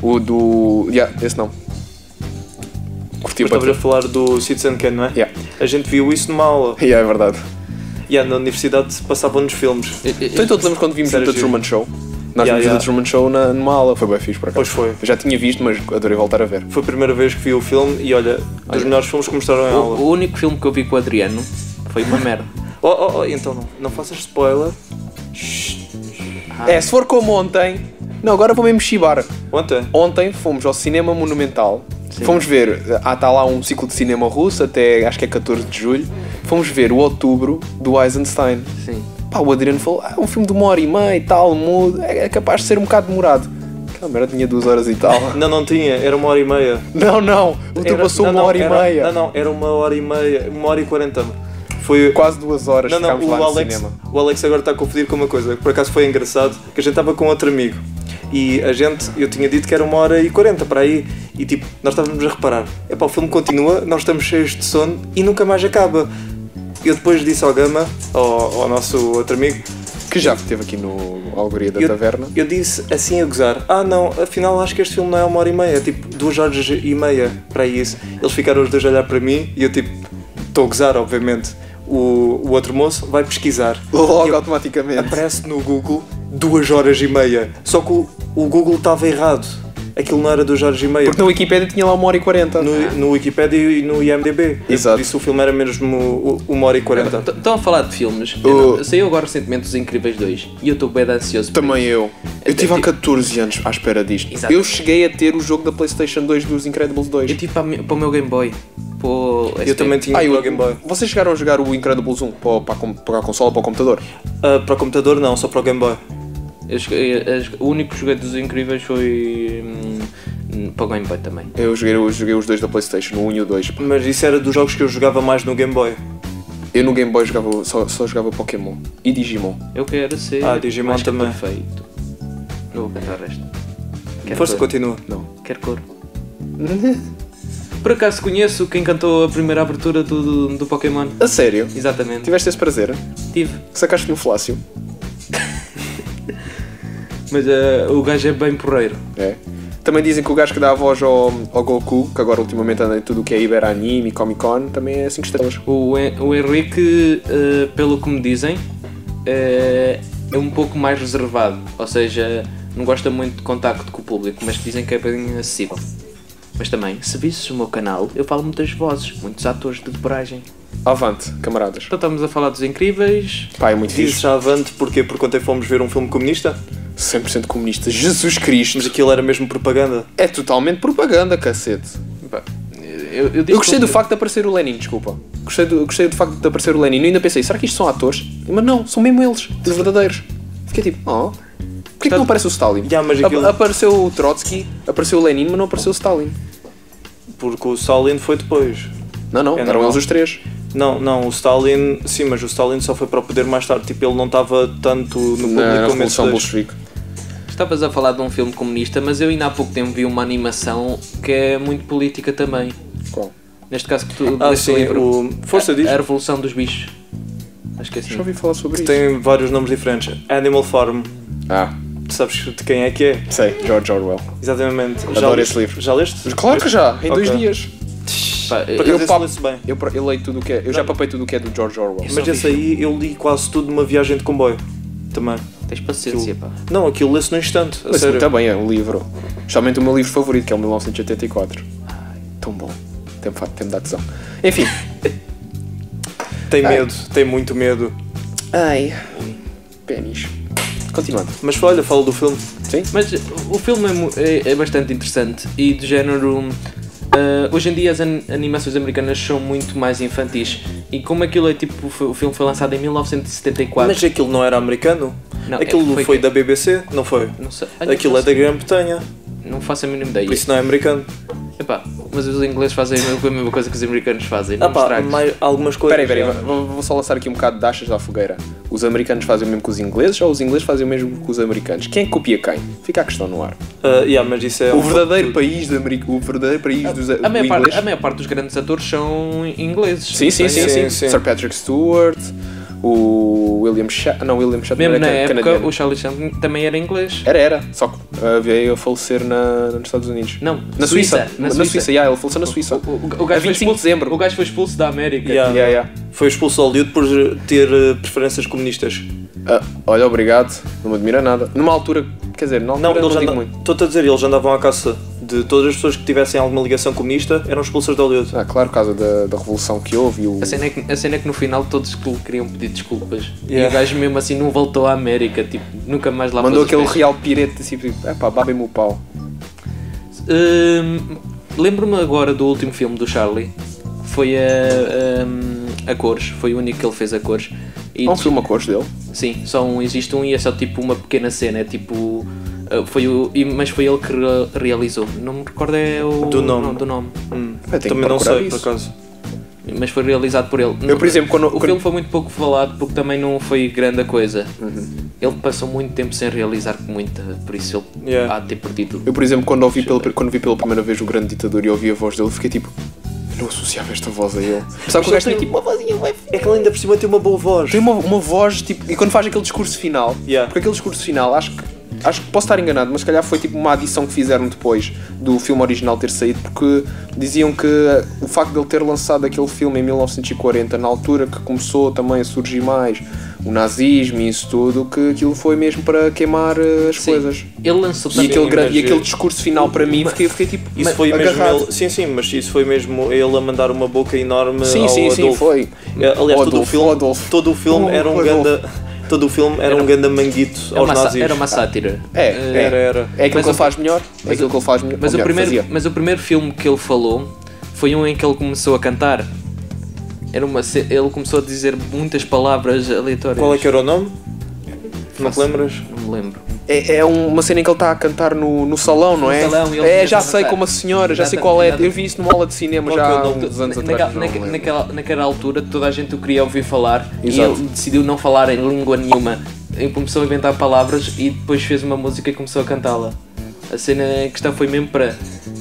Speaker 2: O do. Yeah, esse não. Curti
Speaker 1: Mas
Speaker 2: o
Speaker 1: estavas a
Speaker 2: Vertigo.
Speaker 1: falar do Citizen Kane, não é?
Speaker 2: Tipo Yeah.
Speaker 1: A gente viu isso numa aula.
Speaker 2: Yeah, é verdade.
Speaker 1: E na universidade passavam-nos filmes.
Speaker 3: Eh, eh,
Speaker 2: Então, então te lembras quando vimos o
Speaker 1: Sério,
Speaker 2: The
Speaker 1: giro.
Speaker 2: Truman Show? Nós
Speaker 1: Yeah,
Speaker 2: vimos
Speaker 1: yeah.
Speaker 2: o The Truman Show na, numa aula, foi bem fixe por
Speaker 1: Pois
Speaker 2: acaso.
Speaker 1: foi.
Speaker 2: Eu já tinha visto, mas adorei voltar a ver.
Speaker 1: Foi a primeira vez que vi o filme e olha, dos melhores filmes que mostraram em
Speaker 3: o,
Speaker 1: aula.
Speaker 3: o único filme que eu vi com o Adriano foi uma merda.
Speaker 1: Oh, oh, oh, então não, não faças spoiler. Ah.
Speaker 2: É, se for como ontem. Não, agora vou mesmo chibar.
Speaker 1: Ontem.
Speaker 2: Ontem fomos ao Cinema Monumental. Fomos ver, ah, está lá um ciclo de cinema russo até acho que é 14 de julho. Fomos ver o Outubro do Eisenstein.
Speaker 3: Sim.
Speaker 2: Pá, o Adriano falou, ah, é um filme de uma hora e meia e tal, mudo, é, é capaz de ser um bocado demorado. Aquela merda tinha duas horas e tal.
Speaker 1: Não, não tinha, era uma hora e meia.
Speaker 2: não, não, ultrapassou
Speaker 1: Era- não,
Speaker 2: Então uma
Speaker 1: não,
Speaker 2: hora
Speaker 1: era-
Speaker 2: e
Speaker 1: Não,
Speaker 2: meia.
Speaker 1: não, era uma hora e meia, uma hora e quarenta. Foi.
Speaker 2: Quase duas horas
Speaker 1: Não, não,
Speaker 2: ficámos
Speaker 1: o
Speaker 2: lá no
Speaker 1: Alex,
Speaker 2: cinema.
Speaker 1: o Alex agora está a confundir com uma coisa, que por acaso foi engraçado, que a gente estava com outro amigo e a gente, eu tinha dito que era uma hora e quarenta para aí, e tipo, nós estávamos a reparar, é o filme continua, nós estamos cheios de sono e nunca mais acaba. Eu depois disse ao Gama, ao, ao nosso outro amigo,
Speaker 2: Que já esteve aqui no Algoria da
Speaker 1: eu,
Speaker 2: Taverna.
Speaker 1: eu disse assim a gozar, ah não, afinal acho que este filme não é uma hora e meia, é tipo duas horas e meia para isso. Eles ficaram os dois a olhar para mim e eu tipo, estou a gozar, obviamente. O, o outro moço vai pesquisar.
Speaker 2: Logo
Speaker 1: E eu-
Speaker 2: automaticamente.
Speaker 1: aparece no Google duas horas e meia. Só que o, o Google estava errado. Aquilo não era duas horas e meia.
Speaker 2: Porque na Wikipedia tinha lá uma hora e quarenta.
Speaker 1: No, no Wikipedia e no IMDB. Eu
Speaker 2: Exato.
Speaker 1: Disse o filme era mesmo u- uma hora e quarenta.
Speaker 3: Então, T- Estão a falar de filmes.
Speaker 2: O-
Speaker 3: Eu não- Saiu agora recentemente Os Incríveis 2 e eu estou bem ansioso. por
Speaker 2: Também eu. Eu estive há
Speaker 3: Até-
Speaker 2: 14 anos à espera disto.
Speaker 3: Exato.
Speaker 2: Eu cheguei a ter o jogo da PlayStation 2 dos Incredibles 2.
Speaker 3: Eu tive para, mi- para o meu Game Boy. Para o SP.
Speaker 1: Eu também tinha
Speaker 2: Ah, eu-
Speaker 1: o Game Boy.
Speaker 2: Vocês chegaram a jogar o Incredibles 1 para, para, a com- para a consola, para o computador?
Speaker 1: Ah, para o computador não, só para o Game Boy.
Speaker 3: Eu joguei- as- o único que joguei dos Incríveis foi. hum, para o Game Boy também.
Speaker 2: Eu joguei, eu joguei os dois da Playstation, o 1 e o 2. pá.
Speaker 1: Mas isso era dos jogos que eu jogava mais no Game Boy.
Speaker 2: Eu no Game Boy jogava, só, só jogava Pokémon e Digimon.
Speaker 3: Eu quero ser.
Speaker 1: Ah, Digimon
Speaker 3: mais que
Speaker 1: também.
Speaker 3: Perfeito. Não vou cantar o resto. Quero
Speaker 1: Força,
Speaker 3: cor.
Speaker 1: continua.
Speaker 2: Não.
Speaker 3: Quero cor. Por acaso conheço quem cantou a primeira abertura do, do, do Pokémon?
Speaker 2: A sério?
Speaker 3: Exatamente.
Speaker 2: Tiveste esse prazer?
Speaker 3: Tive.
Speaker 2: Sacaste no Flácio?
Speaker 3: Mas ah, o gajo é bem porreiro.
Speaker 2: É. Também dizem que o gajo que dá a voz ao, ao Goku, que agora ultimamente anda em tudo o que é Iberanime e Comic Con, também é 5 estrelas.
Speaker 3: O, Hen- o Henrique, eh, pelo que me dizem, eh, é um pouco mais reservado, ou seja, não gosta muito de contacto com o público, mas dizem que é bem acessível. Mas também, se visses o meu canal, eu falo muitas vozes, muitos atores de dobragem.
Speaker 2: Avante, camaradas.
Speaker 3: Então estamos a falar dos incríveis.
Speaker 2: Pá, é muito
Speaker 1: Dizes
Speaker 2: fixe.
Speaker 1: já avante porquê? Porque ontem fomos ver um filme comunista,
Speaker 2: 100% comunista. Jesus
Speaker 1: mas
Speaker 2: Cristo.
Speaker 1: aquilo era mesmo propaganda.
Speaker 2: É totalmente propaganda, cacete.
Speaker 3: Pá, Eu, eu digo
Speaker 2: Eu gostei
Speaker 3: que-
Speaker 2: do facto de aparecer o Lenin, desculpa. Gostei do, gostei do facto de aparecer o Lenin. Eu ainda pensei, será que isto são atores? Mas não, são mesmo eles, os verdadeiros. Fiquei tipo, oh. Porquê Porquê que não aparece o Stalin?
Speaker 1: Ya, mas aquilo-
Speaker 2: A- Apareceu o Trotsky, apareceu o Lenin, mas não apareceu o Stalin.
Speaker 1: Porque o Stalin foi depois.
Speaker 2: Não, não,
Speaker 1: É
Speaker 2: eram
Speaker 1: normal.
Speaker 2: eles os três.
Speaker 1: Não, não, o Stalin, sim, mas o Stalin só foi para o poder mais tarde. Tipo, ele não estava tanto no público
Speaker 2: Na
Speaker 1: como esses
Speaker 2: Revolução
Speaker 1: dois.
Speaker 2: Bolchevique.
Speaker 3: Estavas a falar de um filme comunista, mas eu ainda há pouco tempo vi uma animação que é muito política também.
Speaker 2: Qual?
Speaker 3: Neste caso que tu
Speaker 1: Ah,
Speaker 3: deste
Speaker 1: sim, o- Força,
Speaker 3: a,
Speaker 1: diz.
Speaker 3: A Revolução dos Bichos. Acho que é
Speaker 2: Já
Speaker 3: assim.
Speaker 2: ouvi falar sobre isso.
Speaker 1: Tem vários nomes diferentes. Animal Farm,
Speaker 2: Ah,
Speaker 1: tu sabes de quem é que é?
Speaker 2: sei, George Orwell.
Speaker 1: Exatamente.
Speaker 2: Adoro
Speaker 1: leste-
Speaker 2: esse livro.
Speaker 1: Já leste?
Speaker 2: Claro que já, em dois
Speaker 1: Ok.
Speaker 2: dias.
Speaker 3: Pá,
Speaker 1: Por
Speaker 3: eh,
Speaker 2: eu
Speaker 1: acaso esse
Speaker 2: papo-
Speaker 1: lê-se bem.
Speaker 2: Eu, pra- eu leio tudo o que é. Eu já papei tudo o que é do George Orwell.
Speaker 1: Mas esse aí eu li quase tudo numa viagem de comboio. Também.
Speaker 3: Tens paciência, pá.
Speaker 1: Não, aquilo lê-se num instante. A
Speaker 2: Mas
Speaker 1: sério.
Speaker 2: também é um livro. Especialmente o meu livro favorito, que é o 1984. Tão bom. Tem, fa- tem-me dado tesão. Enfim.
Speaker 1: Tem
Speaker 2: Ai.
Speaker 1: medo, tem muito medo.
Speaker 2: Ai. Pênis. Continuando.
Speaker 1: Mas olha, fala do filme.
Speaker 2: Sim?
Speaker 3: Mas o filme é mu- é, é bastante interessante e do género. ah, hoje em dia as an- animações americanas são muito mais infantis e como aquilo é tipo. foi- o filme foi lançado em 1974.
Speaker 1: Mas aquilo não era americano?
Speaker 3: Não,
Speaker 1: aquilo
Speaker 3: é-
Speaker 1: foi,
Speaker 3: foi
Speaker 1: da BBC? Não foi?
Speaker 3: não sei, olha,
Speaker 1: Aquilo
Speaker 3: não
Speaker 1: é da Grã-Bretanha.
Speaker 3: sei, Não faço a mínima ideia.
Speaker 1: Por isso não é americano.
Speaker 3: Epá, mas os ingleses fazem a mesma coisa que os americanos fazem.
Speaker 1: Ah
Speaker 3: Não
Speaker 1: pá,
Speaker 3: estragues.
Speaker 1: mais, algumas coisas.
Speaker 2: Peraí, peraí. Vou, vou só lançar aqui um bocado de achas da fogueira. Os americanos fazem o mesmo que os ingleses ou os ingleses fazem o mesmo que os americanos? Quem é que copia quem? Fica a questão no ar.
Speaker 1: Ah, yeah, mas isso é.
Speaker 2: O verdadeiro país, do Ameri- o verdadeiro país dos
Speaker 3: A maior,
Speaker 2: do
Speaker 3: parte,
Speaker 2: inglês.
Speaker 3: a maior parte dos grandes atores são ingleses. é
Speaker 2: Sim, sim, sim,
Speaker 1: Sim,
Speaker 2: sim,
Speaker 1: sim.
Speaker 2: Sir Patrick Stewart, o William Shat... Não, William Shatner
Speaker 3: Mesmo
Speaker 2: era
Speaker 3: na
Speaker 2: ca-
Speaker 3: época,
Speaker 2: canadiano.
Speaker 3: o Charlie Chaplin também era inglês.
Speaker 2: Era, era. Só que ah, veio a falecer na, nos Estados Unidos.
Speaker 3: Não,
Speaker 2: É. Na Suíça.
Speaker 3: Na
Speaker 2: Na
Speaker 3: Suíça.
Speaker 2: Suíça, yeah, ele faleceu na Suíça.
Speaker 3: O, o- o
Speaker 2: A
Speaker 3: gajo foi
Speaker 2: 25 de
Speaker 3: expulso,
Speaker 2: dezembro.
Speaker 3: O gajo foi expulso da América.
Speaker 1: Yeah.
Speaker 2: Yeah, yeah.
Speaker 1: Foi expulso ao Hollywood por ter eh, preferências comunistas.
Speaker 2: Ah, olha, obrigado. Não me admira nada. Numa altura, quer dizer, na
Speaker 1: Não,
Speaker 2: altura não,
Speaker 1: eles
Speaker 2: digo
Speaker 1: andavam.
Speaker 2: muito.
Speaker 1: Estou-te a dizer, eles andavam à caça de todas as pessoas que tivessem alguma ligação comunista eram expulsas de Hollywood.
Speaker 2: Ah, claro, por causa da, da revolução que houve e o...
Speaker 3: A cena, é que, a cena é que no final todos que lhe queriam pedir desculpas. E
Speaker 1: Yeah.
Speaker 3: o gajo mesmo assim não voltou à América, tipo, nunca mais lá
Speaker 2: Mandou
Speaker 3: pôs os
Speaker 2: aquele
Speaker 3: pés.
Speaker 2: real pirete, assim, tipo, epá, babem-me o pau.
Speaker 3: Hum, Lembro-me agora do último filme do Charlie. Foi a, a, a cores, foi o único que ele fez a cores. E
Speaker 2: Há um filme a cores dele?
Speaker 3: Sim, só um, existe um e é só tipo uma pequena cena, é tipo. ah, Foi o, e- mas foi ele que re- realizou. Não me recordo é o
Speaker 1: Do nome.
Speaker 3: do nome.
Speaker 1: Hum,
Speaker 2: Eu tenho que
Speaker 1: também não
Speaker 2: procurar
Speaker 1: sei,
Speaker 2: isso.
Speaker 1: por acaso.
Speaker 3: Mas foi realizado por ele.
Speaker 2: Eu, por exemplo, quando-
Speaker 3: O
Speaker 2: quando-
Speaker 3: filme foi muito pouco falado porque também não foi grande a coisa.
Speaker 2: Uhum.
Speaker 3: Ele passou muito tempo sem realizar muita, por isso ele
Speaker 1: Yeah.
Speaker 3: há de ter perdido.
Speaker 2: Eu, por exemplo, quando, ouvi pela, quando vi pela primeira vez o Grande Ditador e ouvi a voz dele, fiquei tipo, eu não associava esta voz a ele. Sabe que
Speaker 1: ele
Speaker 2: o gajo
Speaker 1: tem
Speaker 2: tem tipo uma vozinha bem
Speaker 1: É que ele ainda por cima tem uma boa voz.
Speaker 2: Tem uma, uma voz, tipo, e quando faz aquele discurso final,
Speaker 1: Yeah.
Speaker 2: porque aquele discurso final, acho que, acho que posso estar enganado, mas se calhar foi tipo uma adição que fizeram depois do filme original ter saído, porque diziam que o facto de ele ter lançado aquele filme em 1940, na altura que começou também a surgir mais o nazismo e isso tudo, que aquilo foi mesmo para queimar eh, as
Speaker 3: Sim,
Speaker 2: coisas.
Speaker 3: Ele lançou um
Speaker 2: E aquele,
Speaker 1: mas,
Speaker 2: grande, e
Speaker 1: eh,
Speaker 2: aquele discurso final para mim, fiquei, fiquei tipo.
Speaker 1: Isso foi mesmo
Speaker 2: agarrado.
Speaker 1: ele, sim, sim, mas isso foi mesmo ele a mandar uma boca enorme
Speaker 2: Sim,
Speaker 1: ao
Speaker 2: sim, sim,
Speaker 1: Adolfo.
Speaker 2: foi.
Speaker 1: É, Aliás,
Speaker 2: Ao
Speaker 1: todo, o
Speaker 2: Adolfo,
Speaker 1: filme,
Speaker 2: ao Adolfo.
Speaker 1: todo o filme
Speaker 2: Ao
Speaker 1: era um
Speaker 2: Adolfo.
Speaker 1: ganda, todo o filme era, um ganda manguito
Speaker 3: Era
Speaker 1: aos
Speaker 3: uma, sa-
Speaker 1: nazis.
Speaker 3: era uma sátira.
Speaker 2: É,
Speaker 3: Eh,
Speaker 1: Era, era.
Speaker 2: É aquilo
Speaker 3: Mas
Speaker 2: que
Speaker 3: o-
Speaker 2: ele faz melhor. É aquilo que ele faz melhor.
Speaker 3: Mas,
Speaker 2: ou
Speaker 3: o
Speaker 2: melhor,
Speaker 3: primeiro,
Speaker 2: fazia.
Speaker 3: mas o primeiro filme que ele falou foi um em que ele começou a cantar. Era uma, ce- ele começou a dizer muitas palavras aleatórias.
Speaker 1: Qual é que era o nome? Não te
Speaker 3: Faço-
Speaker 1: lembras?
Speaker 3: Não me lembro.
Speaker 2: É, é um- uma cena em que ele está a cantar no, no salão, não
Speaker 3: No
Speaker 2: é?
Speaker 3: salão, e ele
Speaker 2: é,
Speaker 3: começa
Speaker 2: já
Speaker 3: a
Speaker 2: sei
Speaker 3: cantar.
Speaker 2: como a senhora, já sei
Speaker 3: Exatamente,
Speaker 2: qual é. Eu
Speaker 3: exatamente.
Speaker 2: vi isso numa aula de cinema
Speaker 1: Qual que
Speaker 2: já
Speaker 1: é o
Speaker 2: há
Speaker 1: nome
Speaker 2: uns anos
Speaker 3: Na-
Speaker 2: atrás.
Speaker 3: naquela-
Speaker 2: não
Speaker 3: naque-
Speaker 2: lembro.
Speaker 3: naquela, naquela altura toda a gente o queria ouvir falar
Speaker 2: Exato.
Speaker 3: e ele decidiu não falar em língua nenhuma. E começou a inventar palavras e depois fez uma música e começou a cantá-la. A cena em questão foi mesmo para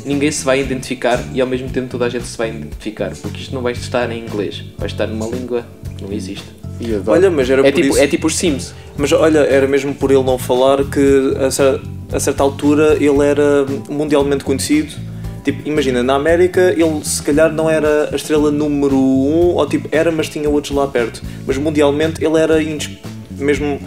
Speaker 3: ninguém se vai identificar e ao mesmo tempo toda a gente se vai identificar, porque isto não vai estar em inglês, vai estar numa língua que não existe.
Speaker 2: E adoro.
Speaker 1: Olha, mas era
Speaker 2: é
Speaker 1: por
Speaker 2: tipo,
Speaker 1: isso-
Speaker 2: É tipo os Sims.
Speaker 1: Mas olha, era mesmo por ele não falar que a cer- a certa, altura ele era mundialmente conhecido. Tipo, imagina, na América ele se calhar não era a estrela número um, ou tipo, era, mas tinha outros lá perto. Mas mundialmente ele era indis- mesmo.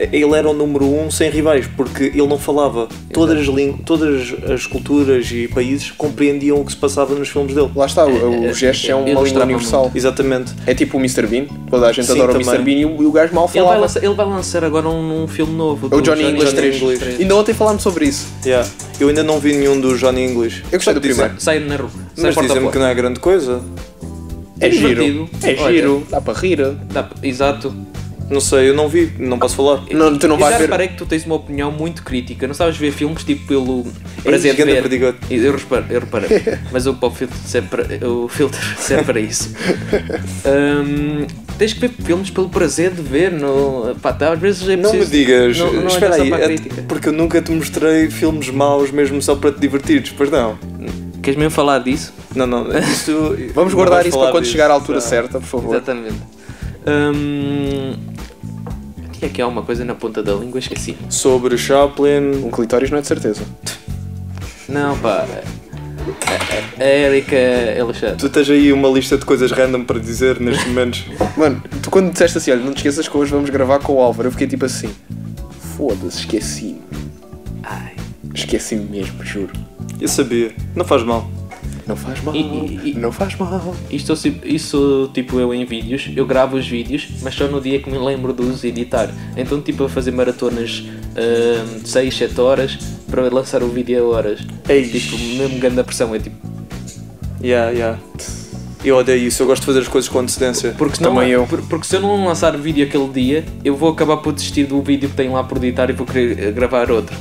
Speaker 1: Ele era o número um sem rivais, porque ele não falava. Todas as, línguas, todas as culturas e países compreendiam o que se passava nos filmes dele.
Speaker 2: Lá está, o, o gesto é uma língua
Speaker 3: ilustrava
Speaker 2: universal.
Speaker 1: Exatamente.
Speaker 2: É tipo o Mr. Bean. Toda a gente
Speaker 1: Sim,
Speaker 2: adora o Mr.
Speaker 1: também.
Speaker 2: Bean e o, e o gajo mal
Speaker 3: Ele vai,
Speaker 2: falava.
Speaker 3: lançar, ele vai lançar agora um, um filme novo.
Speaker 2: É o
Speaker 3: do
Speaker 2: Johnny, English
Speaker 1: Johnny
Speaker 2: 3.
Speaker 1: English.
Speaker 2: Ainda ontem falámos sobre isso.
Speaker 1: Yeah. Eu ainda não vi nenhum do Johnny English.
Speaker 2: Eu gostei do primeiro.
Speaker 3: Sai na rua. Sai
Speaker 1: Mas
Speaker 3: porta a
Speaker 1: dizem-me que
Speaker 3: porta.
Speaker 1: não é grande coisa.
Speaker 2: É
Speaker 3: É
Speaker 2: giro.
Speaker 3: divertido.
Speaker 2: É
Speaker 3: Olha.
Speaker 2: giro. Dá para rir.
Speaker 3: Dá- Exato.
Speaker 1: Não sei, eu não vi, não posso falar.
Speaker 2: Não, tu não
Speaker 3: eu
Speaker 2: vais
Speaker 3: já
Speaker 2: ver.
Speaker 3: reparei que tu tens uma opinião muito crítica. Não sabes ver filmes tipo pelo prazer de
Speaker 1: É ganda
Speaker 3: ver.
Speaker 1: perdigote.
Speaker 3: Eu, reparei, eu reparei. Mas o pop filter serve para, o filter serve para isso. Hum, tens que ver filmes pelo prazer de ver. No, pá, tá, às vezes é
Speaker 1: Não me
Speaker 3: preciso-
Speaker 1: digas,
Speaker 3: não- não é
Speaker 1: espera
Speaker 3: só
Speaker 1: aí,
Speaker 3: para a
Speaker 1: é-
Speaker 3: crítica.
Speaker 1: porque eu nunca te mostrei filmes maus mesmo só para te divertires, pois não?
Speaker 3: Queres mesmo falar disso?
Speaker 1: Não, não, isto.
Speaker 2: Vamos
Speaker 1: não
Speaker 2: guardar
Speaker 1: vais
Speaker 2: isso
Speaker 1: falar
Speaker 2: para quando
Speaker 1: disso.
Speaker 2: chegar à altura
Speaker 1: Ah.
Speaker 2: certa, por favor.
Speaker 3: Exatamente. Hum, tinha aqui alguma coisa na ponta da língua, esqueci.
Speaker 1: Sobre Chaplin.
Speaker 2: Um clitóris não é de certeza.
Speaker 3: Não, pá. A, a, a Erika Alexandre.
Speaker 1: Tu tens aí uma lista de coisas random para dizer nestes momentos.
Speaker 2: Mano, tu quando disseste assim, olha, não te esqueças que hoje vamos gravar com o Álvaro, eu fiquei tipo assim, foda-se, esqueci.
Speaker 3: Ai.
Speaker 2: Esqueci mesmo, juro.
Speaker 1: Eu sabia, não faz mal.
Speaker 2: Não faz mal,
Speaker 3: E- e- e-
Speaker 2: não faz mal.
Speaker 3: Isto, eu si- isso, tipo, eu em vídeos, eu gravo os vídeos, mas só no dia que me lembro de os editar. Então, tipo, a fazer maratonas hum, de 6, 7 horas para lançar o vídeo a horas.
Speaker 1: Ei.
Speaker 3: Tipo, mesmo grande a pressão, é tipo.
Speaker 1: Yeah, yeah. Eu odeio isso, eu gosto de fazer as coisas com antecedência.
Speaker 3: Porque senão,
Speaker 2: Também eu.
Speaker 3: por- porque se eu não lançar vídeo aquele dia, eu vou acabar por desistir do vídeo que tenho lá por editar e vou querer eh, gravar outro.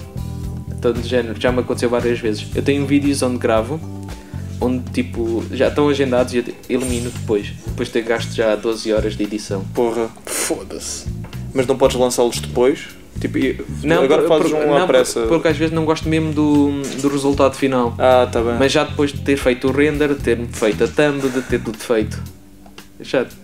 Speaker 3: Então, de género, já me aconteceu várias vezes. Eu tenho vídeos onde gravo, onde tipo, já estão agendados e eu elimino depois. Depois de ter gasto já 12 horas de edição.
Speaker 1: Porra.
Speaker 2: Foda-se.
Speaker 1: Mas não podes lançá-los depois? Tipo, e- agora
Speaker 3: por-
Speaker 1: fazes
Speaker 3: por-
Speaker 1: um à
Speaker 3: não,
Speaker 1: pressa.
Speaker 3: por- Porque às vezes não gosto mesmo do, do resultado final.
Speaker 1: Ah, tá bem.
Speaker 3: Mas já depois de ter feito o render, de ter feito a thumb, de ter tudo feito. É Chato.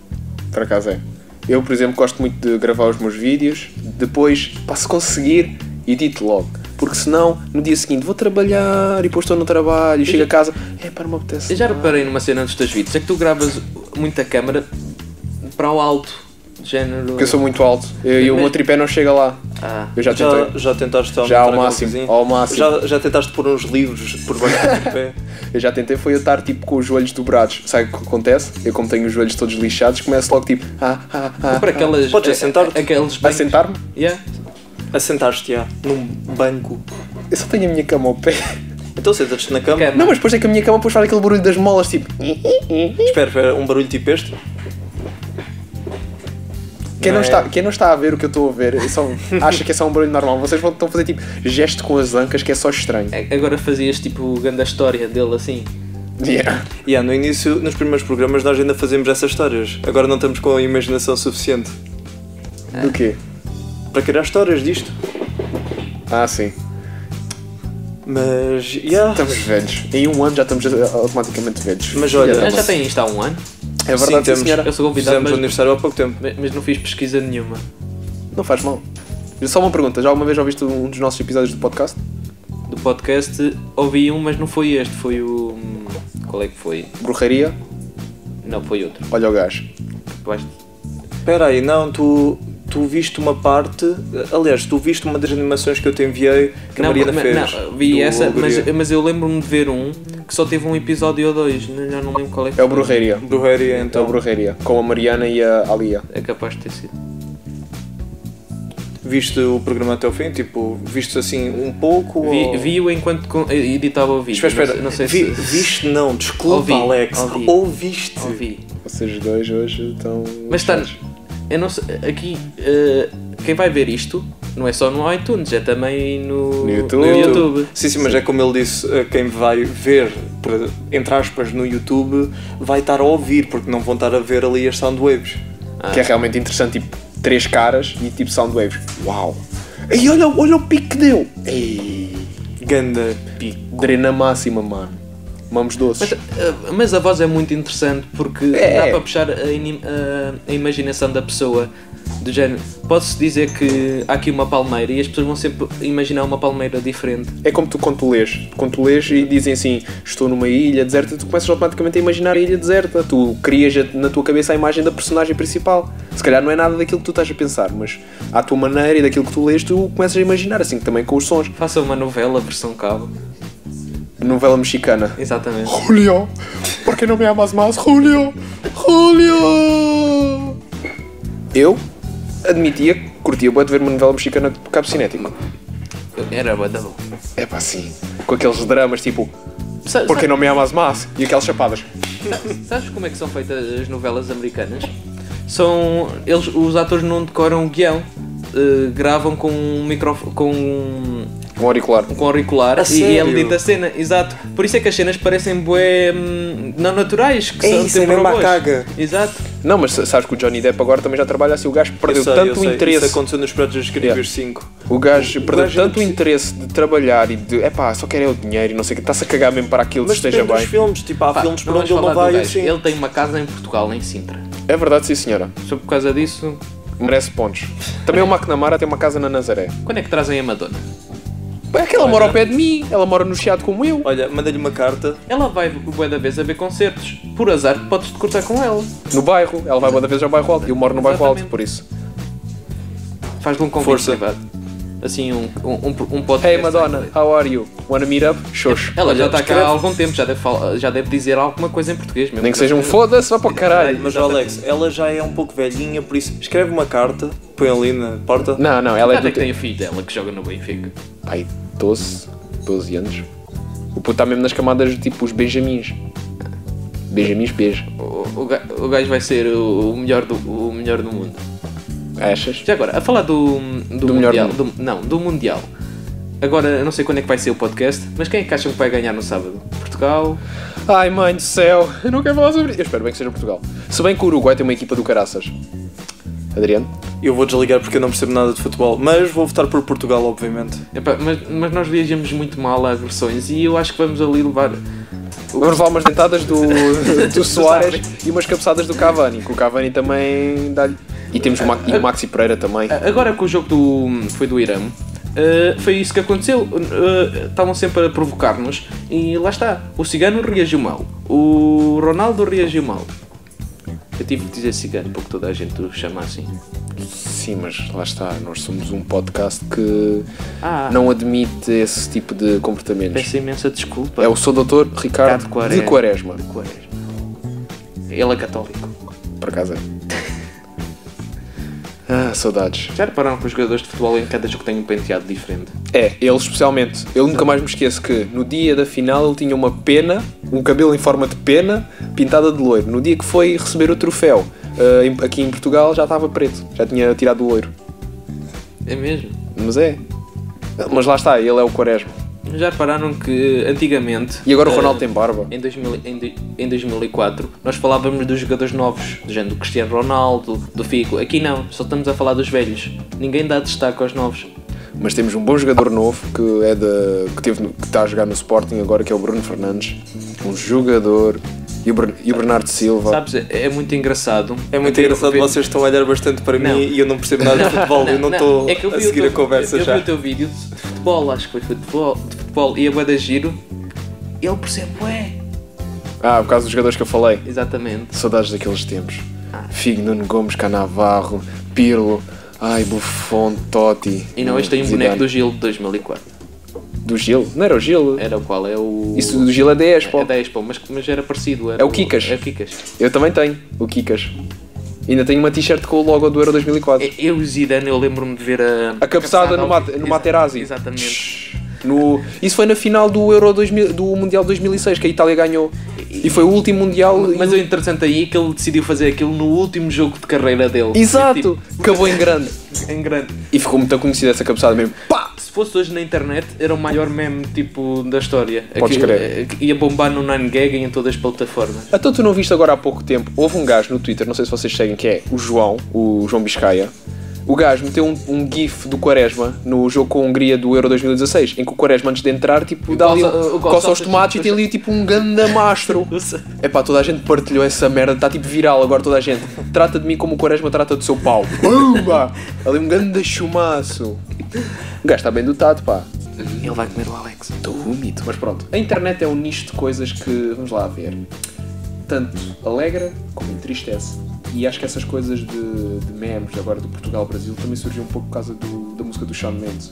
Speaker 2: Por acaso é. Eu, por exemplo, gosto muito de gravar os meus vídeos, depois, para se conseguir, edito logo. Porque senão, no dia seguinte, vou trabalhar e depois estou no trabalho e chego a casa, é para não me apetece.
Speaker 3: Eu já
Speaker 2: nada."
Speaker 3: reparei numa cena dos teus vídeos, é que tu gravas muita câmara para o alto, de género.
Speaker 2: Porque eu sou muito alto eu- e o meu tripé não chega lá.
Speaker 3: Ah,
Speaker 2: Eu já
Speaker 1: já,
Speaker 2: tentei.
Speaker 1: já tentaste aumentar
Speaker 2: Já ao
Speaker 1: aquela
Speaker 2: máximo,
Speaker 1: coisinha?
Speaker 2: ao máximo.
Speaker 1: Já, já tentaste pôr uns livros por baixo do pé?
Speaker 2: Eu já tentei foi eu estar tipo com os joelhos dobrados. Sabe o que acontece? Eu como tenho os joelhos todos lixados, começo logo tipo, ah, ah, ah.
Speaker 3: para aquelas.
Speaker 1: Podes
Speaker 3: a-
Speaker 1: assentar-te?
Speaker 3: a- Aqueles
Speaker 2: Vai
Speaker 3: bancos.
Speaker 2: sentar-me?
Speaker 3: Yeah.
Speaker 1: Assentaste-te já num banco.
Speaker 2: Eu só tenho a minha cama ao pé.
Speaker 1: Então sentas-te na cama.
Speaker 3: Cama.
Speaker 2: Não, mas depois é que a minha cama depois faz aquele barulho das molas, tipo,
Speaker 1: Espera, espera, um barulho tipo este?
Speaker 2: Quem não,
Speaker 1: Não é?
Speaker 2: está, quem não está a ver o que eu estou a ver é só- acha que é só um barulho normal. Vocês vão estão a fazer tipo gesto com as ancas que é só estranho.
Speaker 3: A- Agora fazias tipo grande a história dele assim.
Speaker 2: Yeah.
Speaker 1: Yeah, no início, nos primeiros programas, nós ainda fazemos essas histórias. Agora não estamos com a imaginação suficiente
Speaker 2: Do quê?
Speaker 1: para criar histórias disto.
Speaker 2: Ah, sim.
Speaker 1: Mas, yeah.
Speaker 2: Estamos velhos. Em um ano já estamos ah, automaticamente velhos.
Speaker 1: Mas olha-
Speaker 2: Filha da
Speaker 3: Mas já
Speaker 2: mãe.
Speaker 3: tem isto há um ano,
Speaker 2: É
Speaker 1: Sim,
Speaker 2: verdade, sim,
Speaker 1: temos.
Speaker 2: senhora.
Speaker 3: eu sou convidado,
Speaker 1: Fizemos um o
Speaker 3: mas,
Speaker 1: aniversário há pouco tempo.
Speaker 3: mas não fiz pesquisa nenhuma.
Speaker 2: Não faz mal. Só uma pergunta. Já alguma vez ouviste um dos nossos episódios do podcast?
Speaker 3: Do podcast ouvi um, mas não foi este, foi o. hum, Qual é que foi?
Speaker 2: Bruxaria?
Speaker 3: Não, foi outro.
Speaker 2: Olha o gás.
Speaker 3: Vais-
Speaker 1: Espera aí, não, tu, tu viste uma parte. Aliás, tu viste uma das animações que eu te enviei que a Mariana
Speaker 3: mas-
Speaker 1: fez.
Speaker 3: não, vi
Speaker 1: do
Speaker 3: essa, mas,
Speaker 1: Alegoria.
Speaker 3: mas eu lembro-me de ver um que só teve um episódio ou dois, não- já não lembro qual é que
Speaker 2: É o
Speaker 3: foi.
Speaker 2: Bruxaria.
Speaker 1: Brujeria,
Speaker 2: É o
Speaker 1: então.
Speaker 2: Bruxaria. Com a Mariana e a Alia.
Speaker 3: É capaz de ter sido.
Speaker 1: Viste o programa até ao fim? Tipo, viste assim um pouco? ou...
Speaker 3: Vi- Vi-o enquanto con- editava o vídeo.
Speaker 1: Espera, espera.
Speaker 3: Não, sei- não sei
Speaker 1: Vi-
Speaker 3: se.
Speaker 1: Viste não, desculpa,
Speaker 3: Ouvi,
Speaker 1: Alex.
Speaker 3: ouvi.
Speaker 1: Ouviste.
Speaker 3: Ouvi.
Speaker 2: Vocês dois hoje estão...
Speaker 3: Mas está. Eu não sei. Aqui. eh, quem vai ver isto não é só no iTunes, é também no.
Speaker 2: No YouTube.
Speaker 3: no
Speaker 1: Sim, sim, mas é como ele disse, eh, quem vai ver, por- entre aspas, no YouTube, vai estar a ouvir, porque não vão estar a ver ali as soundwaves.
Speaker 3: ah.
Speaker 2: que é realmente interessante, tipo, três caras e tipo soundwaves. Uau! E olha, olha o pique que deu! Ei,
Speaker 1: Ganda.
Speaker 2: pico. Drena máxima, mano. Mamos doces.
Speaker 3: Mas, eh, mas a voz é muito interessante porque
Speaker 2: É.
Speaker 3: dá para puxar a, inim- a- a imaginação da pessoa. Do género, posso dizer que há aqui uma palmeira e as pessoas vão sempre imaginar uma palmeira diferente.
Speaker 2: É como tu quando tu lês. Quando tu lês e dizem assim, estou numa ilha deserta, tu começas automaticamente a imaginar a ilha deserta. Tu crias a- na tua cabeça a imagem da personagem principal. Se calhar não é nada daquilo que tu estás a pensar, mas à tua maneira e daquilo que tu lês, tu começas a imaginar, assim também com os sons.
Speaker 3: Faça uma novela versão cabo.
Speaker 2: Novela mexicana.
Speaker 3: Exatamente.
Speaker 2: Julio, ¿por qué no me amas más, Julio? Julio! Eu admitia que curtia bué de ver uma novela mexicana de cabo cinético.
Speaker 3: Era bué da bom.
Speaker 2: É pá, sim. Com aqueles dramas tipo,
Speaker 3: Sa-
Speaker 2: ¿por
Speaker 3: sa-
Speaker 2: qué no me amas más? E aquelas chapadas.
Speaker 3: Sabes como é que são feitas as novelas americanas? são. Eles, os atores não decoram o guião. eh, gravam com um microfone. com um,
Speaker 2: Um auricular.
Speaker 3: com um auricular
Speaker 1: A
Speaker 3: e, e ele
Speaker 1: sério?
Speaker 3: edita a cena, exato. Por isso é que as cenas parecem bué hum, não naturais, que
Speaker 1: É
Speaker 3: são
Speaker 1: isso, é
Speaker 3: sempre
Speaker 1: mesmo à
Speaker 3: robôs.
Speaker 1: caga.
Speaker 3: Exato.
Speaker 2: Não, mas sa- sabes que o Johnny Depp agora também já trabalha assim. O gajo perdeu
Speaker 1: sei,
Speaker 2: tanto
Speaker 1: sei.
Speaker 2: interesse.
Speaker 1: Isso aconteceu nos Projetos
Speaker 2: Yeah.
Speaker 1: Incríveis 5.
Speaker 2: O gajo perdeu
Speaker 1: gajo
Speaker 2: tanto
Speaker 1: não precisa-
Speaker 2: interesse de trabalhar e de. Epá, só quer é o dinheiro e não sei o que. Está-se a cagar mesmo para aquilo que
Speaker 1: Mas
Speaker 2: esteja
Speaker 1: depende dos
Speaker 2: bem.
Speaker 1: filmes, tipo, há
Speaker 3: Pá,
Speaker 1: filmes por
Speaker 3: vamos
Speaker 1: onde ele
Speaker 3: falar
Speaker 1: não
Speaker 3: do
Speaker 1: vai
Speaker 3: gajo.
Speaker 1: assim.
Speaker 3: Ele tem uma casa em Portugal, em Sintra.
Speaker 2: É verdade, sim senhora.
Speaker 3: Só por causa disso,
Speaker 2: Merece pontos. Também o McNamara tem uma casa na Nazaré.
Speaker 3: quando é que trazem a Madonna?
Speaker 2: É que ela mora ao pé de mim, ela mora no Chiado como eu.
Speaker 1: Olha, manda-lhe uma carta.
Speaker 3: Ela vai bué da vez a ver concertos. Por azar, podes-te cortar com ela.
Speaker 2: No bairro, ela vai uma vez ao bairro alto. Eu moro no bairro alto,
Speaker 3: Exatamente.
Speaker 2: por isso.
Speaker 3: Faz-lhe um convite
Speaker 1: Força.
Speaker 3: privado. Assim, um, um, um, um podcast.
Speaker 2: Hey Madonna, how are you? Wanna meet up? Xoxo.
Speaker 3: Ela já
Speaker 1: Olha,
Speaker 3: está cá
Speaker 1: escreve.
Speaker 3: há algum tempo, já deve, fal- já deve dizer alguma coisa em português mesmo.
Speaker 2: Nem que seja um foda-se, vai para o caralho.
Speaker 1: Mas Alex, ela já é um pouco velhinha, por isso escreve uma carta, põe ali na porta.
Speaker 2: Não, não, ela é
Speaker 3: Ela é
Speaker 2: do
Speaker 3: que tem o filho dela que joga no Benfica.
Speaker 2: Pai, 12, 12 anos. O puto está mesmo nas camadas tipo os Benjamins. Benjamins, beijo.
Speaker 3: O, o ga- o gajo vai ser o, o melhor do, o melhor do mundo.
Speaker 2: Achas?
Speaker 3: Já agora, a falar do, do,
Speaker 2: Do melhor
Speaker 3: Mundial. do- não, do Mundial. Agora, eu não sei quando é que vai ser o podcast, mas quem é que acham que vai ganhar no sábado? Portugal?
Speaker 2: Ai, mãe do céu, eu não quero falar sobre isso. Eu espero bem que seja Portugal. Se bem que o Uruguai tem uma equipa do caraças. Adriano?
Speaker 1: Eu vou desligar porque eu não percebo nada de futebol, mas vou votar por Portugal, obviamente.
Speaker 3: Epá, mas, mas nós reagimos muito mal a agressões e eu acho que vamos ali levar.
Speaker 2: Vamos levar umas dentadas do, do Soares e umas cabeçadas do Cavani, que o Cavani também dá-lhe. E temos o, Ma- e o Maxi Pereira também.
Speaker 3: A- Agora que o jogo do, foi do Irã, eh, foi isso que aconteceu. Eh, Estavam sempre a provocar-nos e lá está. O cigano reagiu mal. O Ronaldo reagiu mal. Eu tive de dizer cigano porque toda a gente o chama assim.
Speaker 2: Sim, mas lá está, nós somos um podcast que
Speaker 3: Ah.
Speaker 2: não admite esse tipo de comportamentos.
Speaker 3: Peço imensa desculpa.
Speaker 2: É o Sou Doutor Ricardo,
Speaker 3: Ricardo Quaresma.
Speaker 2: de Quaresma.
Speaker 3: De Quaresma. Ele é católico.
Speaker 2: Por acaso é. Ah, saudades.
Speaker 3: Já repararam que os jogadores de futebol em cada jogo têm um penteado diferente?
Speaker 2: É, ele especialmente. Eu nunca mais me esqueço que no dia da final ele tinha uma pena, um cabelo em forma de pena, pintada de loiro. No dia que foi receber o troféu, ah, em- aqui em Portugal já estava preto, já tinha tirado o loiro.
Speaker 3: É mesmo?
Speaker 2: Mas é. Mas lá está, ele é o Quaresma.
Speaker 3: Já repararam que antigamente.
Speaker 2: E agora o
Speaker 3: eh,
Speaker 2: Ronaldo tem barba.
Speaker 3: Em, 2000 em do- em 2004, nós falávamos dos jogadores novos, do género do Cristiano Ronaldo, do Figo. Aqui não, só estamos a falar dos velhos. Ninguém dá destaque aos novos.
Speaker 2: Mas temos um bom jogador novo que é da que, teve, no- que está a jogar no Sporting agora, que é o Bruno Fernandes. Um jogador. E o, Bern- e o Bernardo Silva.
Speaker 3: Sabes, é, é muito engraçado.
Speaker 1: É muito
Speaker 3: Ver-
Speaker 1: engraçado,
Speaker 3: ver-
Speaker 1: vocês estão a olhar bastante para
Speaker 3: Não.
Speaker 1: mim e eu não percebo nada de futebol, eu não estou
Speaker 3: é que eu
Speaker 1: a
Speaker 3: vi o
Speaker 1: seguir
Speaker 3: teu-
Speaker 1: a conversa
Speaker 3: eu
Speaker 1: já.
Speaker 3: vi o teu vídeo de futebol, acho que foi futebol, de futebol e a bué da giro. Ele percebe, ué.
Speaker 2: Ah, por causa dos jogadores que eu falei.
Speaker 3: Exatamente.
Speaker 2: Saudades daqueles tempos.
Speaker 3: Ah.
Speaker 2: Figo, Nuno Gomes, Canavarro, Pirlo. Ai, Buffon, Totti.
Speaker 3: E não, este tem um
Speaker 2: Zidane.
Speaker 3: boneco do Gil de 2004.
Speaker 2: Do Gil? Não era o Gil?
Speaker 3: Era o qual? É o.
Speaker 2: Isso do Gil é 10, pô.
Speaker 3: É 10, pô, mas, mas era parecido. Era
Speaker 2: É o Kikas.
Speaker 3: É o Kikas.
Speaker 2: Eu também tenho, o Kikas. Ainda tenho uma t-shirt com o logo do Euro 2004.
Speaker 3: É- Eu e o Zidane, eu lembro-me de ver a.
Speaker 2: A cabeçada no,
Speaker 3: ao-
Speaker 2: Mate- no
Speaker 3: Exa-
Speaker 2: Materazzi.
Speaker 3: Exatamente.
Speaker 2: Shhh. No, isso foi na final do Euro 2000, do Mundial 2006 que a Itália ganhou. E foi o último Mundial.
Speaker 3: Mas o
Speaker 2: e-
Speaker 3: interessante aí é que ele decidiu fazer aquilo no último jogo de carreira dele.
Speaker 2: Exato!
Speaker 3: Tipo,
Speaker 2: Acabou em grande.
Speaker 3: em grande.
Speaker 2: E ficou muito conhecida essa cabeçada mesmo. Pá!
Speaker 3: Se fosse hoje na internet, era o maior meme tipo da história.
Speaker 2: Podes
Speaker 3: Aquilo,
Speaker 2: crer.
Speaker 3: eh, que Ia bombar no 9gag e em todas as plataformas.
Speaker 2: Então tu não viste agora há pouco tempo, houve um gajo no Twitter, não sei se vocês seguem, que é o João, o João Biscaia. O gajo meteu um, um gif do Quaresma no jogo com a Hungria do Euro 2016, em que o Quaresma antes de entrar, tipo, dá ali,
Speaker 3: coça- o coça
Speaker 2: coça aos
Speaker 3: aos-
Speaker 2: tomates e tem ali tipo um ganda mastro. É pá, toda a gente partilhou essa merda, está tipo viral agora toda a gente. Trata de mim como o Quaresma trata do seu pau. Pumba! Ali um ganda chumaço. O gajo está bem dotado, pá.
Speaker 3: Ele vai comer o Alex. então.
Speaker 2: Estou úmido, mas pronto. A internet é um nicho de coisas que, vamos lá ver, tanto alegra como entristece. E acho que essas coisas de, de memes agora do Portugal-Brasil também surgiu um pouco por causa do- da música do Shawn Mendes.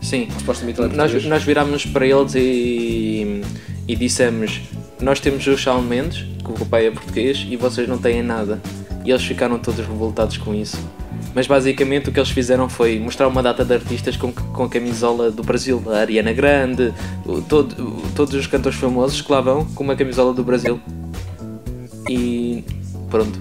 Speaker 3: Sim.
Speaker 2: Supostamente ele é
Speaker 3: Nós,
Speaker 2: português.
Speaker 3: nós virámos para eles e, e dissemos: Nós temos os Shawn Mendes, que o pai é português, e vocês não têm nada. E eles ficaram todos revoltados com isso. Mas basicamente o que eles fizeram foi mostrar uma data de artistas com, com a camisola do Brasil, da Ariana Grande, o- todo- o- todos os cantores famosos que lá vão com uma camisola do Brasil. E pronto.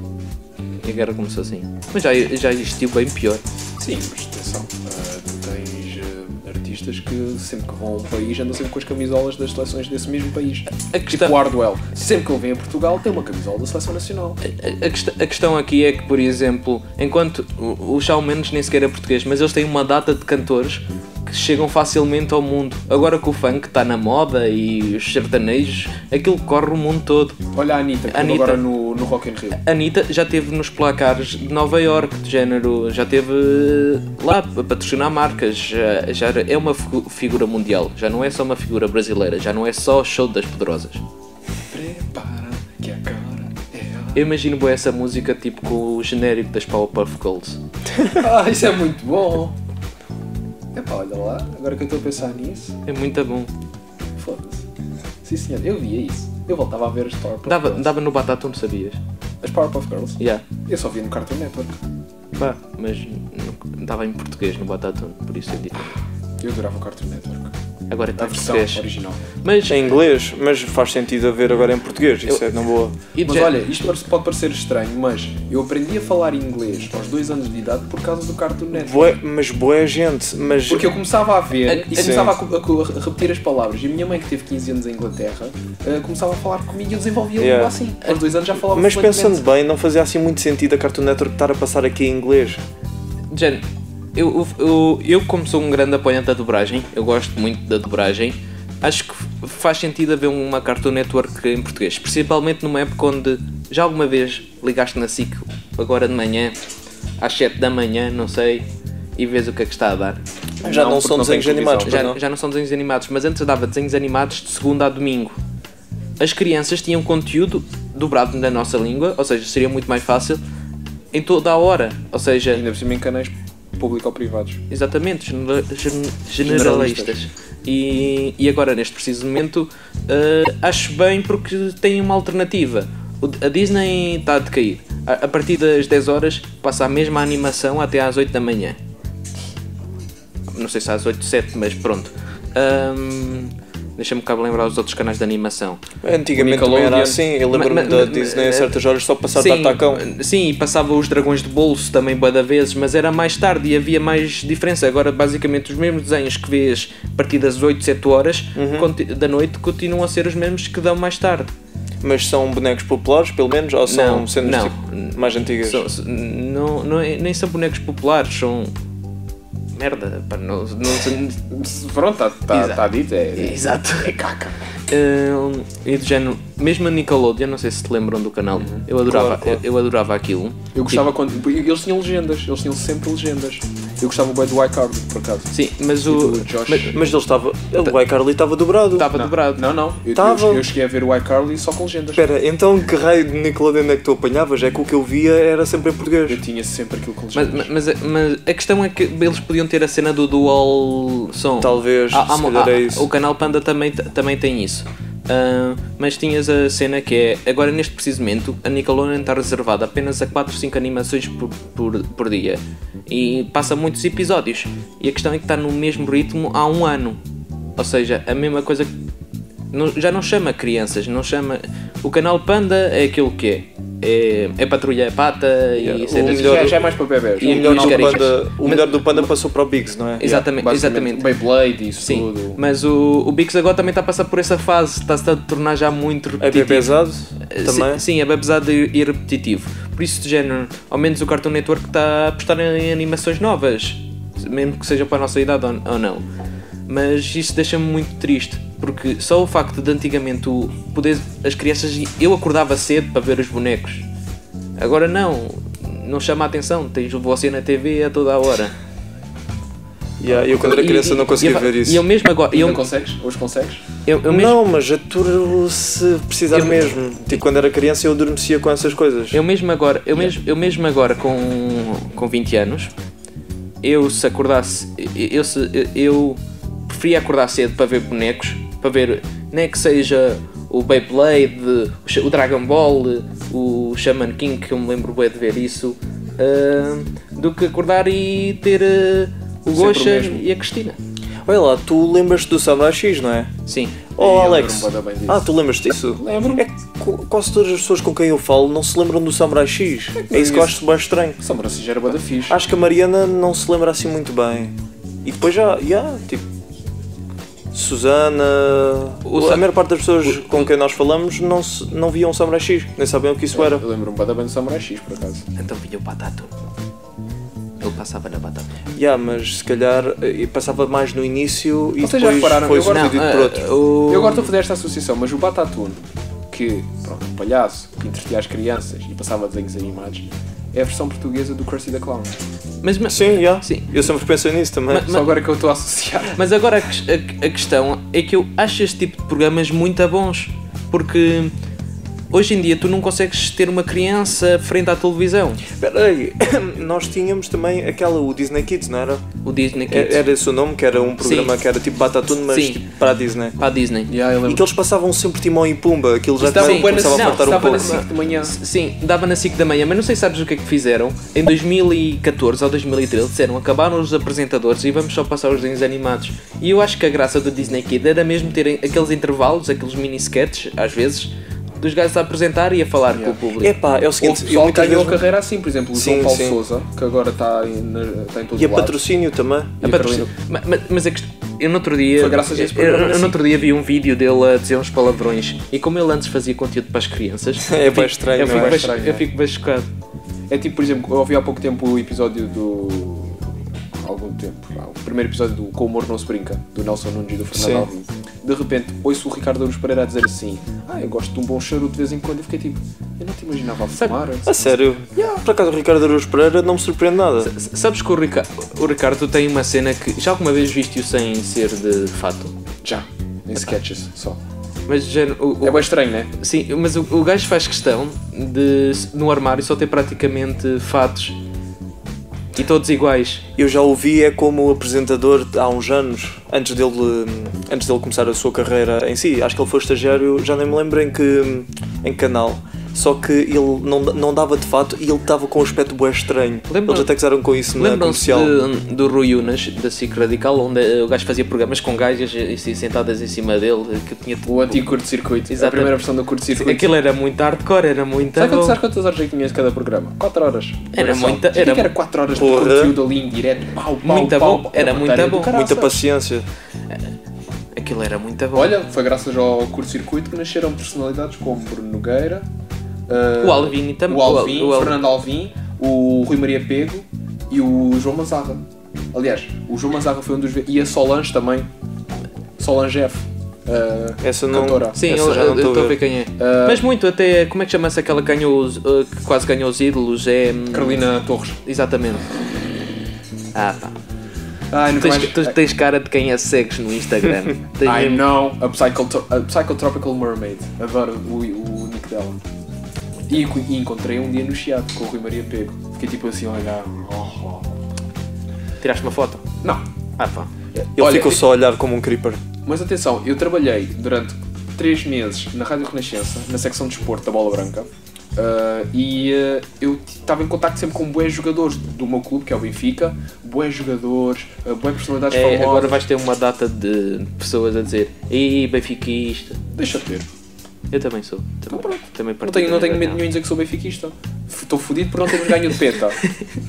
Speaker 3: E a guerra começou assim. Mas já, já existiu bem pior.
Speaker 2: Sim, mas atenção, ah, tu tens ah, artistas que sempre que vão a um país andam sempre com as camisolas das seleções desse mesmo país.
Speaker 3: A questão-
Speaker 2: Tipo o Hardwell, sempre que ele vem a Portugal tem uma camisola da seleção nacional.
Speaker 3: A, a quest- a questão aqui é que, por exemplo, enquanto o, o Shawn Mendes nem sequer é português, mas eles têm uma data de cantores que chegam facilmente ao mundo. Agora que o funk está na moda e os sertanejos, aquilo corre o mundo todo.
Speaker 2: Olha a Anitta, que teve
Speaker 3: Anitta.
Speaker 2: agora no, no Rock in Rio.
Speaker 3: A Anitta já teve nos placares de Nova York, de género, já teve eh, lá a patrocinar marcas, já, já era- é uma figu- figura mundial, já não é só uma figura brasileira, já não é só o show das poderosas.
Speaker 2: Prepara que agora é
Speaker 3: Eu imagino bem essa música tipo com o genérico das Powerpuff Girls.
Speaker 2: a... Ah, isso é muito bom! Epá, olha lá, agora que eu estou a pensar nisso,
Speaker 3: É muito bom.
Speaker 2: foda-se. Sim senhor, eu via isso. Eu voltava a ver as Powerpuff
Speaker 3: Dava,
Speaker 2: Girls.
Speaker 3: dava no Batatão, sabias?
Speaker 2: As Powerpuff Girls.
Speaker 3: Yeah.
Speaker 2: Eu só via no Cartoon Network.
Speaker 3: Pá, mas não- dava em português no Batatão, por isso eu digo.
Speaker 2: Eu adorava o Cartoon Network. A
Speaker 3: Agora está em
Speaker 2: versão
Speaker 3: português.
Speaker 2: original.
Speaker 3: Mas,
Speaker 1: É Em inglês, mas faz sentido haver agora em português, isso é na boa.
Speaker 3: e de
Speaker 2: Mas
Speaker 3: gé-
Speaker 2: olha, isto parece- pode parecer estranho, mas eu aprendi a falar inglês aos dois anos de idade por causa do Cartoon Network.
Speaker 1: Bué, mas boa é gente, mas
Speaker 2: Porque eu começava a ver e
Speaker 3: É Sim.
Speaker 2: começava a, co- a co- a repetir as palavras. E a minha mãe, que teve 15 anos em Inglaterra, eh, começava a falar comigo e eu desenvolvia a língua
Speaker 1: Yeah.
Speaker 2: assim. Aos dois anos já falava
Speaker 1: Mas
Speaker 2: fluentemente.
Speaker 1: pensando bem, não fazia assim muito sentido a Cartoon Network estar a passar aqui em inglês.
Speaker 3: Jen, eu, eu, eu como sou um grande apoiante da dobragem, eu gosto muito da dobragem, acho que faz sentido haver uma Cartoon Network em português, principalmente numa época onde já alguma vez ligaste na SIC agora de manhã, às 7 da manhã, não sei, e vês o que é que está a dar.
Speaker 1: Já não,
Speaker 2: não
Speaker 1: são
Speaker 2: porque não tem
Speaker 1: desenhos animados,
Speaker 2: televisão.
Speaker 1: pois
Speaker 3: Já,
Speaker 1: não?
Speaker 3: já não são desenhos animados, mas antes eu dava desenhos animados de segunda a domingo. As crianças tinham conteúdo dobrado na nossa língua, ou seja, seria muito mais fácil em toda a hora. Ou seja,
Speaker 2: Ainda por cima em canais público ou privados.
Speaker 3: Exatamente, genera- gen- generalistas. E, e agora, neste preciso momento, eh, acho bem porque tem uma alternativa. O D- A Disney está a decair. A, a partir das 10 horas passa a mesma animação até às 8 da manhã. Não sei se às 8, 7, mas pronto. Ahm, Deixa-me cá lembrar os outros canais de animação.
Speaker 1: Antigamente também
Speaker 2: Nickelodeon.
Speaker 1: era assim, eu lembro-me
Speaker 3: Ma- ma-
Speaker 1: da
Speaker 3: ma-
Speaker 1: Disney a
Speaker 3: eh,
Speaker 1: certas horas só passar
Speaker 3: Sim,
Speaker 1: Tatacão.
Speaker 3: Sim, e passava os dragões de bolso também bué da vezes, mas era mais tarde e havia mais diferença. Agora, basicamente, os mesmos desenhos que vês a partir das 8, 7 horas conti- da noite continuam a ser os mesmos que dão mais tarde.
Speaker 1: Mas são bonecos populares, pelo menos, ou são
Speaker 3: Não,
Speaker 1: cenas
Speaker 3: não.
Speaker 1: tipo, mais antigas?
Speaker 3: São- s- não, não é- nem são bonecos populares, são. Merda, pá, não, não sei-
Speaker 2: Pronto, está tá,
Speaker 3: Exato.
Speaker 2: tá dito. É,
Speaker 3: Exato.
Speaker 2: é caca.
Speaker 3: Hum, e do género, mesmo a Nickelodeon, não sei se te lembram do canal, eu, adorava,
Speaker 1: Claro, claro.
Speaker 3: Eu, eu adorava aquilo. Tipo,
Speaker 2: Eu gostava quando. Eles tinham legendas, eles tinham sempre legendas. Eu gostava bem do iCarly, por acaso.
Speaker 3: Sim, mas o.
Speaker 2: do Josh.
Speaker 3: mas-
Speaker 1: Mas ele estava.
Speaker 3: Tá-
Speaker 1: Ele, o iCarly estava dobrado.
Speaker 3: Estava dobrado.
Speaker 2: Não, não. Eu,
Speaker 1: Tava.
Speaker 2: eu, eu cheguei a ver o iCarly só com legendas.
Speaker 1: Espera, então que raio de Nickelodeon é que tu apanhavas? É que o que eu via era sempre em
Speaker 2: Eu
Speaker 1: português.
Speaker 2: tinha sempre aquilo com legendas.
Speaker 3: Mas, mas, mas a questão é que eles podiam ter a cena do Ah, dual som.
Speaker 1: Talvez,
Speaker 3: Há- há-
Speaker 1: se calhar
Speaker 3: há-
Speaker 1: é isso.
Speaker 3: O canal Panda também, t- também tem isso. Ah, mas tinhas a cena que é agora neste preciso momento a Nickelodeon está reservada apenas a 4 5 animações por, por, por dia e passa muitos episódios e a questão é que está no mesmo ritmo há um ano ou seja, a mesma coisa que- não- já não chama crianças não chama o canal Panda é aquilo que é é, é patrulha pata
Speaker 1: Yeah,
Speaker 3: e
Speaker 1: o
Speaker 3: cenas assim.
Speaker 1: melhor-
Speaker 2: já, já é mais para bebés.
Speaker 3: E
Speaker 1: O melhor,
Speaker 3: os
Speaker 2: é
Speaker 1: do
Speaker 3: carinhas.
Speaker 1: panda, o
Speaker 3: Mas-
Speaker 1: melhor do panda passou para o Biggs, não é?
Speaker 3: Exatamente, exatamente.
Speaker 2: Beyblade e isso
Speaker 3: Sim,
Speaker 2: tudo.
Speaker 3: mas o, o Bix agora também está a passar por essa fase, está-se a tornar já muito
Speaker 1: É bem
Speaker 3: repetitivo.
Speaker 1: pesado
Speaker 3: Eh,
Speaker 1: também.
Speaker 3: Tipo, Sim, sim, é bem pesado e, e repetitivo. Por isso, de género, ao menos o Cartoon Network está a apostar em animações novas, mesmo que seja para a nossa idade ou, ou não. Mas isso deixa-me muito triste, porque só o facto de antigamente o poder, as crianças. Eu acordava cedo para ver os bonecos. Agora não, não chama a atenção, tens você na TV a toda a hora.
Speaker 1: Yeah, eu quando era
Speaker 3: E-
Speaker 1: criança
Speaker 3: e-
Speaker 1: não conseguia
Speaker 3: e-
Speaker 1: ver isso.
Speaker 3: E eu mesmo agora.
Speaker 2: E
Speaker 3: Eu,
Speaker 2: não consegues? Hoje consegues?
Speaker 3: eu, eu mesmo,
Speaker 1: Não, mas aturo se precisar
Speaker 3: Eu-
Speaker 1: mesmo. Tipo, quando era criança eu adormecia com essas coisas.
Speaker 3: Eu mesmo agora, eu mesmo, eu mesmo agora com, com 20 anos, eu se acordasse, eu, eu se- eu- eu preferia acordar cedo para ver bonecos, para ver, nem que seja o Beyblade, o Sha- o Dragon Ball, o Shaman King, que eu me lembro bem de ver isso, ah, do que acordar e ter ah,
Speaker 2: Sempre
Speaker 3: o
Speaker 2: o
Speaker 3: Gosha
Speaker 2: mesmo.
Speaker 3: e a Cristina.
Speaker 1: Olha lá, tu lembras-te do Samurai X, não é?
Speaker 3: Sim.
Speaker 1: Oh,
Speaker 2: eu
Speaker 1: Alex.
Speaker 2: lembro-me bué da bem disso.
Speaker 1: Ah, tu lembras disso?
Speaker 2: Lembro-me.
Speaker 1: É que co- quase todas as pessoas com quem eu falo não se lembram do Samurai X. É isso que eu acho bem estranho.
Speaker 2: Samurai X era bué da fixe.
Speaker 1: Acho que a Mariana não se lembra assim muito bem. E depois já, já tipo. Susana.
Speaker 3: O
Speaker 1: a
Speaker 3: Sa-
Speaker 1: maior parte das pessoas com quem nós falamos não, se, não viam Samurai X, nem sabiam o que isso era.
Speaker 2: Eu lembro-me bué da bem do Samurai X, por acaso.
Speaker 3: Então vinha o Patato. Ele passava na batata.
Speaker 2: É.
Speaker 1: Já, mas se calhar eh, passava mais no início e
Speaker 2: Vocês já
Speaker 1: depois
Speaker 2: repararam,
Speaker 1: foi
Speaker 2: eu gosto-
Speaker 1: substituído é, por
Speaker 3: ah,
Speaker 1: outro.
Speaker 3: o-
Speaker 2: Eu agora estou a fazer esta associação, mas o Batatune, que, pronto, um palhaço que entretia as crianças e passava desenhos animados, é a versão portuguesa do Crusty the Clown.
Speaker 3: Mas, mas,
Speaker 1: Sim, já.
Speaker 3: eh, Sim.
Speaker 1: Eu sempre pensei nisso também.
Speaker 3: Mas-
Speaker 2: Só agora que eu estou a associar.
Speaker 3: mas agora a, ques- a- a questão é que eu acho este tipo de programas muito a bons. Porque hoje em dia tu não consegues ter uma criança frente à televisão.
Speaker 1: Espera aí, nós tínhamos também aquela, o Disney Kids, não era?
Speaker 3: O Disney Kids.
Speaker 1: É- Era esse o nome, que era um programa
Speaker 3: Sim.
Speaker 1: que era tipo Batatune, mas
Speaker 3: Sim. Ah,
Speaker 1: tipo, para a Disney.
Speaker 3: Para a Disney.
Speaker 2: Yeah, eu
Speaker 1: E que eles passavam sempre Timão e Pumba, aquilo já
Speaker 3: Estava
Speaker 1: também
Speaker 3: um bué na-
Speaker 1: começava a
Speaker 3: não,
Speaker 1: faltar um
Speaker 2: estava
Speaker 1: pouco.
Speaker 2: na 5 de manhã.
Speaker 3: Sim, dava na 5 da manhã, mas não sei se sabes o que é que fizeram. Em 2014 ou 2013 disseram acabaram os apresentadores e vamos só passar os desenhos animados. E eu acho que a graça do Disney Kid era mesmo terem aqueles intervalos, aqueles mini sketches, às vezes, dos gajos a apresentar e a falar com o público.
Speaker 1: Epá, é o
Speaker 2: Houve
Speaker 1: seguinte, eu
Speaker 2: pessoal que
Speaker 1: muitas
Speaker 2: ganhou
Speaker 1: vezes...
Speaker 2: a carreira assim, por exemplo, o
Speaker 1: Sim,
Speaker 2: João Paulo
Speaker 1: sim.
Speaker 2: Souza, que agora está em, na- está em todo
Speaker 1: E a
Speaker 2: lado.
Speaker 1: patrocínio também.
Speaker 3: A patrocin- Ma- ma- Mas é que eu no outro dia.
Speaker 2: Foi graças a esse
Speaker 3: eu- eu-
Speaker 2: programa,
Speaker 3: eu
Speaker 2: sim.
Speaker 3: no outro dia vi um vídeo dele a dizer uns palavrões. E como ele antes fazia conteúdo para as crianças.
Speaker 1: É
Speaker 3: eu
Speaker 1: bem
Speaker 3: fico-
Speaker 1: estranho,
Speaker 3: eu
Speaker 1: não
Speaker 3: fico
Speaker 1: é?
Speaker 3: bem-
Speaker 2: Estranho,
Speaker 3: Eu
Speaker 2: é.
Speaker 3: fico bem chocado.
Speaker 2: É tipo, por exemplo, eu ouvi há pouco tempo o episódio do. há algum tempo, pá, o primeiro episódio do Com o Humor Não Se Brinca, do Nelson Nunes e do Fernando Alvim. De repente, ouço o Ricardo Aruz Pereira a dizer assim: Ah, eu gosto de um bom charuto de vez em quando. E fiquei tipo: Eu não te imaginava a fumar.
Speaker 1: A sério. Por acaso o Ricardo Araújo Pereira não me surpreende nada.
Speaker 3: S- Sabes que o, Rica- o Ricardo tem uma cena que já alguma vez viste-o sem ser de fato?
Speaker 2: Já, em sketches só.
Speaker 3: Mas já, o, o-
Speaker 2: É bem estranho, né?
Speaker 3: sim, mas o, o gajo faz questão de no armário só ter praticamente fatos e todos iguais.
Speaker 1: Eu já ouvi é como apresentador de- há uns anos, antes dele, hum, antes dele começar a sua carreira em si. Acho que ele foi estagiário, já nem me lembro em que, hum, em que canal. Só que ele não, não dava de fato e ele estava com um aspecto bué estranho.
Speaker 3: Lembram-
Speaker 1: Eles até gozaram com isso na
Speaker 3: Lembram-se
Speaker 1: é comercial.
Speaker 3: de- do Rui Unas, da SIC Radical, onde eh, o gajo fazia programas com gajas assim, sentadas em cima dele, eh, que tinha
Speaker 2: O antigo curto-circuito. A
Speaker 3: Exatamente.
Speaker 2: primeira versão do curto-circuito.
Speaker 3: Aquilo era muito hardcore, era muito.
Speaker 2: Sabe
Speaker 3: bom.
Speaker 2: quantas, sabe quantas horas é que tinha de cada programa? 4 horas.
Speaker 3: Era
Speaker 2: só.
Speaker 3: muita-
Speaker 2: O que é
Speaker 3: era-
Speaker 2: que era 4 horas
Speaker 1: Porra.
Speaker 2: de conteúdo ali em direto. Pau, pau,
Speaker 3: Muita
Speaker 2: pau,
Speaker 3: bom.
Speaker 2: pau,
Speaker 3: Era
Speaker 2: uma
Speaker 3: muita
Speaker 2: tarefa do
Speaker 3: bom.
Speaker 2: caraças.
Speaker 1: Muita paciência.
Speaker 3: Aquilo era muito bom.
Speaker 2: Olha, foi graças ao curto-circuito que nasceram personalidades como Bruno Nogueira, ah,
Speaker 3: O Alvin e tam-
Speaker 2: o Alvin,
Speaker 3: o Al- o Al-
Speaker 2: Fernando Alvin, o Rui Maria Pego e o João Mazarra. Aliás, o João Mazarra foi um dos. ve- E a Solange também. Solange F. ah,
Speaker 1: Essa não-
Speaker 2: Cantora.
Speaker 3: Sim,
Speaker 1: Essa
Speaker 3: eu
Speaker 1: já não
Speaker 3: eu
Speaker 1: tô a
Speaker 3: estou a ver
Speaker 1: ver.
Speaker 3: quem é. Mas muito, até. Como é que chama-se aquela que, ganhou os- eh, que quase ganhou os ídolos? É. hum,
Speaker 2: Carolina Torres.
Speaker 3: Exatamente. Ah, pá.
Speaker 2: Ai, nunca
Speaker 3: Tu
Speaker 2: mais-
Speaker 3: tens, tu tens cara de quem a segues no Instagram. Tens
Speaker 2: I
Speaker 3: mesmo-
Speaker 2: know a, psychotro a Psychotropical Mermaid. Adoro o, o nick dela. E, co- e encontrei um dia no Chiado com o Rui Maria Pego. Fiquei tipo assim a olhar. Oh, oh.
Speaker 3: Tiraste uma foto?
Speaker 2: Não.
Speaker 3: Ah, pá.
Speaker 1: Ele
Speaker 2: Olha,
Speaker 1: ficou só a olhar como um creeper.
Speaker 2: Mas atenção, eu trabalhei durante 3 meses na Rádio Renascença, na secção de esporte da Bola Branca. ah, e ah, eu estava em contacto sempre com bué jogadores do meu clube, que é o Benfica, bué jogadores, ah, bué personalidades
Speaker 3: É,
Speaker 2: famosas.
Speaker 3: agora vais ter uma data de pessoas a dizer Ih, benfiquista.
Speaker 2: Deixa ter.
Speaker 3: Eu também sou. Também, também
Speaker 2: Então Não tenho, não tenho medo nenhum
Speaker 3: nenhum.
Speaker 2: em dizer que sou benfiquista. F- Estou fodido por não termos ganho de penta.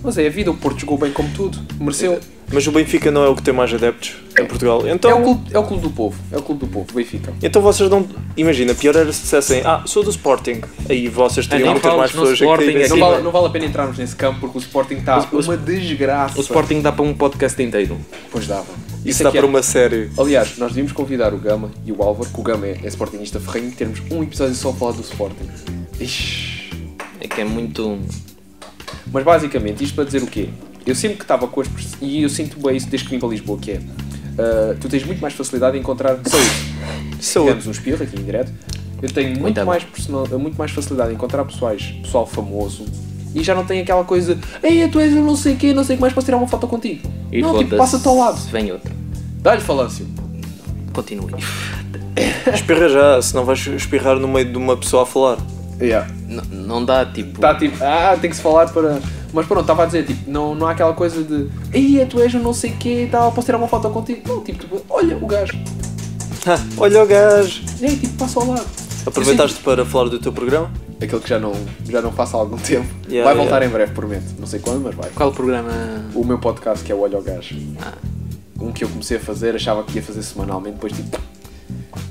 Speaker 2: Mas é a vida, o Porto jogou bem como tudo, mereceu.
Speaker 1: Mas o Benfica não é o que tem mais adeptos em Portugal.
Speaker 2: É
Speaker 1: Então,
Speaker 2: o, clube, é o clube do povo, é o clube do povo, o Benfica.
Speaker 1: então vocês não. Imagina, pior era se dissessem, ah, sou do Sporting. Aí vocês teriam
Speaker 3: nem
Speaker 1: que ter mais
Speaker 3: falas no
Speaker 1: pessoas
Speaker 3: Sporting,
Speaker 1: que digam
Speaker 3: é
Speaker 1: assim.
Speaker 2: Não
Speaker 3: Sim,
Speaker 2: vale,
Speaker 3: mas-
Speaker 2: não vale a pena entrarmos nesse campo porque o Sporting está
Speaker 3: O- o-
Speaker 2: uma desgraça.
Speaker 3: O Sporting dá para um podcast inteiro.
Speaker 2: Pois dava.
Speaker 1: Isso
Speaker 2: Isso
Speaker 1: dá
Speaker 2: aqui é
Speaker 1: para uma série.
Speaker 2: Aliás, nós devíamos convidar o Gama e o Álvaro, que o Gama é, é Sportingista ferrenho, e termos um episódio só a falar do Sporting. Ixi.
Speaker 3: É que é muito.
Speaker 2: Mas basicamente, isto para dizer o quê? Eu sempre que estava com as pers- e eu sinto bem isso desde que vim para Lisboa, que é ah, tu tens muito mais facilidade em encontrar saúde.
Speaker 1: Saúde.
Speaker 2: Tivemos um espirro aqui em direto. Eu tenho muito,
Speaker 3: Muito bom.
Speaker 2: mais, personal, ah, muito mais facilidade em encontrar pessoais, pessoal famoso e já não tem aquela coisa Ei, tu és eu não sei quê, não sei o que mais, posso tirar uma foto contigo. não, tipo,
Speaker 3: foda-se,
Speaker 2: passa-te ao lado.
Speaker 3: Vem outro.
Speaker 2: Dá-lhe falância.
Speaker 3: Continue.
Speaker 1: Espirra já, senão vais espirrar no meio de uma pessoa a falar.
Speaker 2: Está
Speaker 3: Não, não dá tipo.
Speaker 2: Tá. tipo, ah, tem que se falar para... Mas pronto, estava a dizer, tipo, não, não há aquela coisa de Ei, tu és um não sei quê e tal, posso tirar uma foto contigo? Não, tipo, tu- olha o gajo.
Speaker 1: Ah, Olha o gajo!
Speaker 2: É, tipo, passa ao lado.
Speaker 1: Aproveitaste para falar do teu programa?
Speaker 2: Aquele que já não, já não faço há algum tempo.
Speaker 1: Yeah,
Speaker 2: vai voltar
Speaker 1: yeah.
Speaker 2: em breve, prometo. Não sei quando, mas vai.
Speaker 3: Qual programa?
Speaker 2: O meu podcast que é o Olho ao Gajo.
Speaker 1: Ah.
Speaker 2: Um que eu comecei a fazer, achava que ia fazer semanalmente, depois tipo.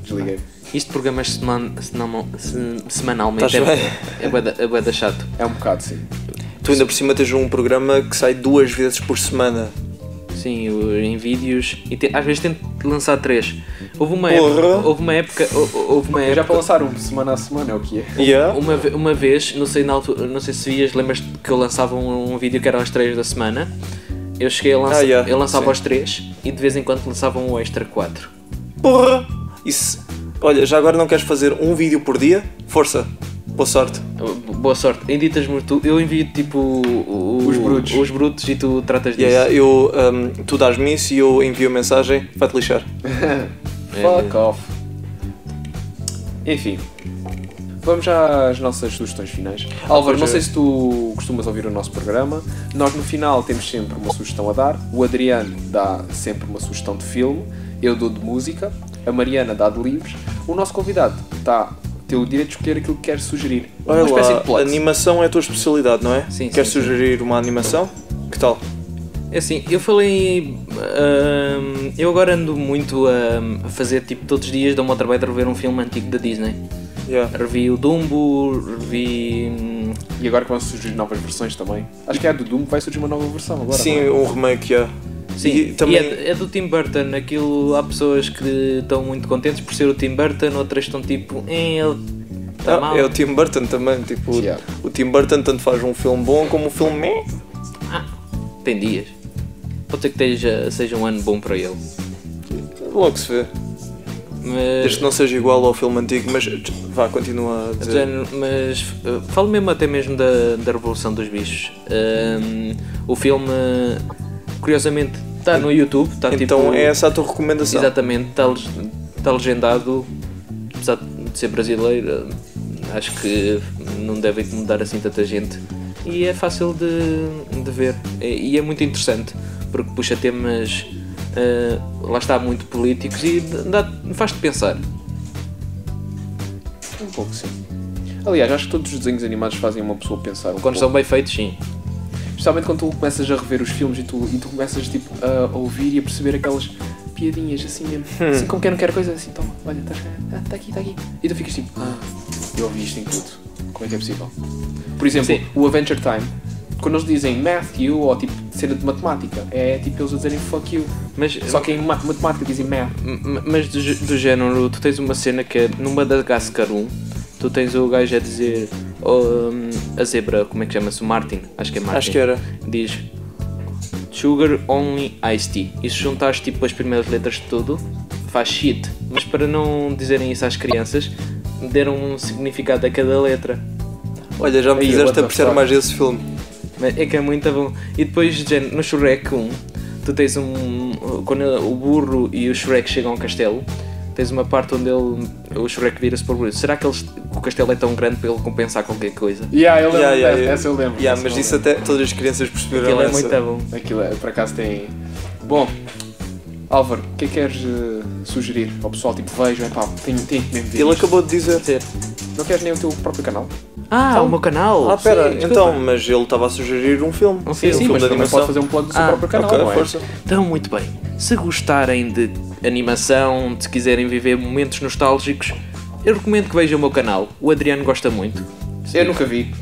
Speaker 2: Desliguei.
Speaker 3: Isto de programas é seman- senamo- se- semanalmente
Speaker 1: Estás
Speaker 3: é, é, bué da- é bué da chato.
Speaker 2: É um bocado, sim.
Speaker 1: Tu ainda por cima tens um programa que sai duas vezes por semana.
Speaker 3: Sim, o- em vídeos. E te- às vezes tento lançar três. Houve uma
Speaker 1: Porra.
Speaker 3: época. Houve uma época. hou- Houve
Speaker 1: É
Speaker 3: uma
Speaker 2: Já para
Speaker 3: época.
Speaker 2: lançar um semana a semana é o que é.
Speaker 1: Yeah.
Speaker 3: Uma, ve- uma vez, não sei, na altura, não sei se vias, lembras que eu lançava um, um vídeo que era às 3 da semana. Eu cheguei a lançar,
Speaker 1: Ah, yeah.
Speaker 3: eu lançava
Speaker 1: Sim.
Speaker 3: aos 3 e de vez em quando lançava um extra 4.
Speaker 2: um-
Speaker 1: Porra! Isso. Olha, já agora não queres fazer um vídeo por dia? Força! Boa sorte!
Speaker 3: Boa sorte. Editas-me tu, eu envio tipo o- o-
Speaker 2: Os brutos.
Speaker 3: os brutos e tu tratas disso.
Speaker 1: Yeah, yeah, eu, um, tu dás-me isso e eu envio a mensagem, vai-te lixar.
Speaker 2: Fuck
Speaker 1: É.
Speaker 2: off. Enfim. Vamos já às nossas sugestões finais. Álvaro, não sei se tu costumas ouvir o nosso programa. Nós no final temos sempre uma sugestão a dar. O Adriano dá sempre uma sugestão de filme. Eu dou de música. A Mariana dá de livros. O nosso convidado está tem o direito de escolher aquilo que quer sugerir. Uma
Speaker 1: Olha
Speaker 2: espécie
Speaker 1: lá,
Speaker 2: de plot.
Speaker 1: animação é a tua especialidade, não é?
Speaker 3: Sim,
Speaker 1: Queres
Speaker 3: sim, sim.
Speaker 1: sugerir uma animação? Que tal?
Speaker 3: É assim, eu falei. ahm, eu agora ando muito ahm, a fazer, tipo, todos os dias dou-me ao trabalho de rever um filme antigo da Disney.
Speaker 1: Yeah.
Speaker 3: Revi o Dumbo, revi. hum,
Speaker 2: E agora que vão surgir novas versões também. Acho que é a do Doom vai surgir uma nova versão agora.
Speaker 1: Sim,
Speaker 2: não é?
Speaker 1: um remake, yeah.
Speaker 3: Sim,
Speaker 1: E
Speaker 3: e
Speaker 1: também-
Speaker 3: é, é do Tim Burton. Aquilo, há pessoas que estão muito contentes por ser o Tim Burton, outras estão tipo. Eh, ele está
Speaker 1: Ah,
Speaker 3: mal.
Speaker 1: é o Tim Burton também, tipo,
Speaker 2: Yeah.
Speaker 1: o Tim Burton tanto faz um filme bom como um filme meh.
Speaker 3: Ah, tem dias. Pode ser que esteja, seja um ano bom para ele.
Speaker 1: Logo se vê.
Speaker 3: Mas.
Speaker 1: Este não é seja igual ao filme antigo, mas tch, vá, continua a
Speaker 3: De
Speaker 1: dizer.
Speaker 3: género, mas eh, falo mesmo até mesmo da, da Revolução dos Bichos. Ahm, o filme, curiosamente, está no YouTube, está
Speaker 1: Então
Speaker 3: tipo.
Speaker 1: é essa a tua recomendação.
Speaker 3: Exatamente, está leg- está legendado, apesar de ser brasileiro, eh, acho que não deve incomodar assim tanta gente. E é fácil de, de ver. E e é muito interessante, porque puxa temas, eh, lá está, muito políticos e dá- faz-te pensar.
Speaker 2: Um pouco sim. Aliás, acho que todos os desenhos animados fazem uma pessoa pensar um
Speaker 3: Quando
Speaker 2: pouco.
Speaker 3: são bem feitos, sim.
Speaker 2: Especialmente quando tu começas a rever os filmes e tu, e tu começas tipo, a ouvir e a perceber aquelas piadinhas assim mesmo.
Speaker 1: Hum.
Speaker 2: Assim como quem não quer coisa, assim, toma, olha, estás cá, ah, está aqui, está aqui. E tu ficas tipo, ah, eu ouvi isto em tudo. Como é que é possível? Por exemplo,
Speaker 3: Sim.
Speaker 2: o Adventure Time. Quando eles dizem Matthew ou tipo cena de matemática, é tipo eles a dizerem fuck you.
Speaker 3: Mas,
Speaker 2: Só que em ma- matemática dizem math.
Speaker 3: M- Mas do, gé- do género, tu tens uma cena que é no Madagascar 1, tu tens o gajo a dizer oh, hum, a zebra, como é que chama-se? O Martin, acho que é Martin.
Speaker 1: Acho que era.
Speaker 3: Diz Sugar Only Iced Tea. E se juntares tipo as primeiras letras de tudo, faz shit. Mas para não dizerem isso às crianças, deram um significado a cada letra.
Speaker 1: Olha, já me
Speaker 2: Aí, what
Speaker 1: fizeste
Speaker 2: the
Speaker 1: apreciar
Speaker 2: fuck.
Speaker 1: mais esse filme.
Speaker 3: Mas é que é muito bom. E depois, de género, no Shrek 1, tu tens um. Quando o burro e o Shrek chegam ao castelo, tens uma parte onde ele, o Shrek vira-se para o burro. Será que eles- o castelo é tão grande para ele compensar qualquer coisa?
Speaker 2: Yeah, eu lembro
Speaker 1: Yeah, yeah,
Speaker 2: dessa,
Speaker 1: yeah.
Speaker 2: essa eu lembro.
Speaker 1: Yeah,
Speaker 2: essa
Speaker 1: mas
Speaker 2: eu
Speaker 1: isso até todas as crianças perceberam
Speaker 3: Aquilo é
Speaker 1: essa.
Speaker 3: muito bom.
Speaker 2: Aquilo é, por acaso tem. Bom, Álvaro, o que é que queres eh, sugerir ao pessoal? Tipo, vejo, é pá, tenho, tenho que mesmo ver.
Speaker 1: Ele
Speaker 2: isto.
Speaker 1: acabou de dizer.
Speaker 2: Não queres nem o teu próprio canal?
Speaker 3: Ah, o meu canal!
Speaker 1: Ah, pera,
Speaker 3: Sim,
Speaker 1: então,
Speaker 3: desculpa.
Speaker 1: mas ele estava a sugerir um filme.
Speaker 3: Um filme.
Speaker 1: um
Speaker 3: Sim,
Speaker 1: filme
Speaker 2: mas
Speaker 1: de
Speaker 2: também
Speaker 1: animação.
Speaker 2: pode fazer um plano do seu
Speaker 3: Ah,
Speaker 2: próprio canal,
Speaker 1: ok,
Speaker 2: não é?
Speaker 1: força.
Speaker 3: Então, muito bem. Se gostarem de animação, se quiserem viver momentos nostálgicos, eu recomendo que vejam o meu canal. O Adriano gosta muito.
Speaker 2: Eu nunca vi.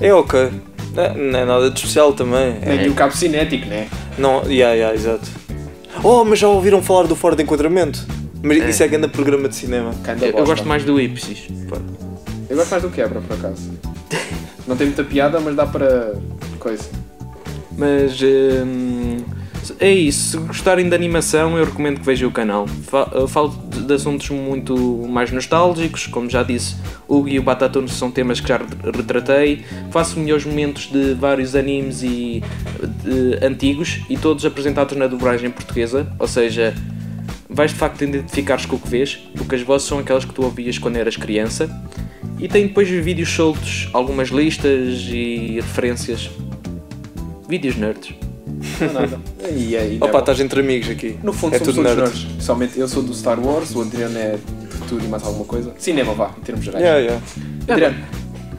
Speaker 1: É ok. Não, não é nada de especial também. É-
Speaker 2: Nem o cabo cinético, né?
Speaker 1: Não, yeah, yeah, exato. Oh, mas já ouviram falar do Fora de Enquadramento? Mas isso é grande programa de cinema.
Speaker 2: Canda
Speaker 3: Eu, eu
Speaker 2: bosta.
Speaker 3: gosto mais do Ipsis.
Speaker 2: Eu gosto mais do quebra, por acaso. não tem muita piada, mas dá para. coisa.
Speaker 3: Mas hum, é isso. Se gostarem de animação, eu recomendo que vejam o canal. Fa- eu Falo de de assuntos muito mais nostálgicos, como já disse, o Gui e o Batatune são temas que já re- retratei. Faço melhores momentos de vários animes e de- antigos e todos apresentados na dublagem portuguesa, ou seja, vais de facto identificares com o que vês, porque as vozes são aquelas que tu ouvias quando eras criança. E tem depois vídeos soltos, algumas listas e referências Vídeos nerds.
Speaker 2: Não é nada. E é- e não
Speaker 1: Opa,
Speaker 2: é bom.
Speaker 1: estás entre amigos aqui.
Speaker 2: No fundo,
Speaker 1: é
Speaker 2: somos
Speaker 1: tudo
Speaker 2: todos
Speaker 1: nerd.
Speaker 2: nerds. Somente eu sou do Star Wars, o Adriano é de tudo e mais alguma coisa. Cinema, vá, em termos gerais.
Speaker 1: Yeah, yeah.
Speaker 2: Adriano,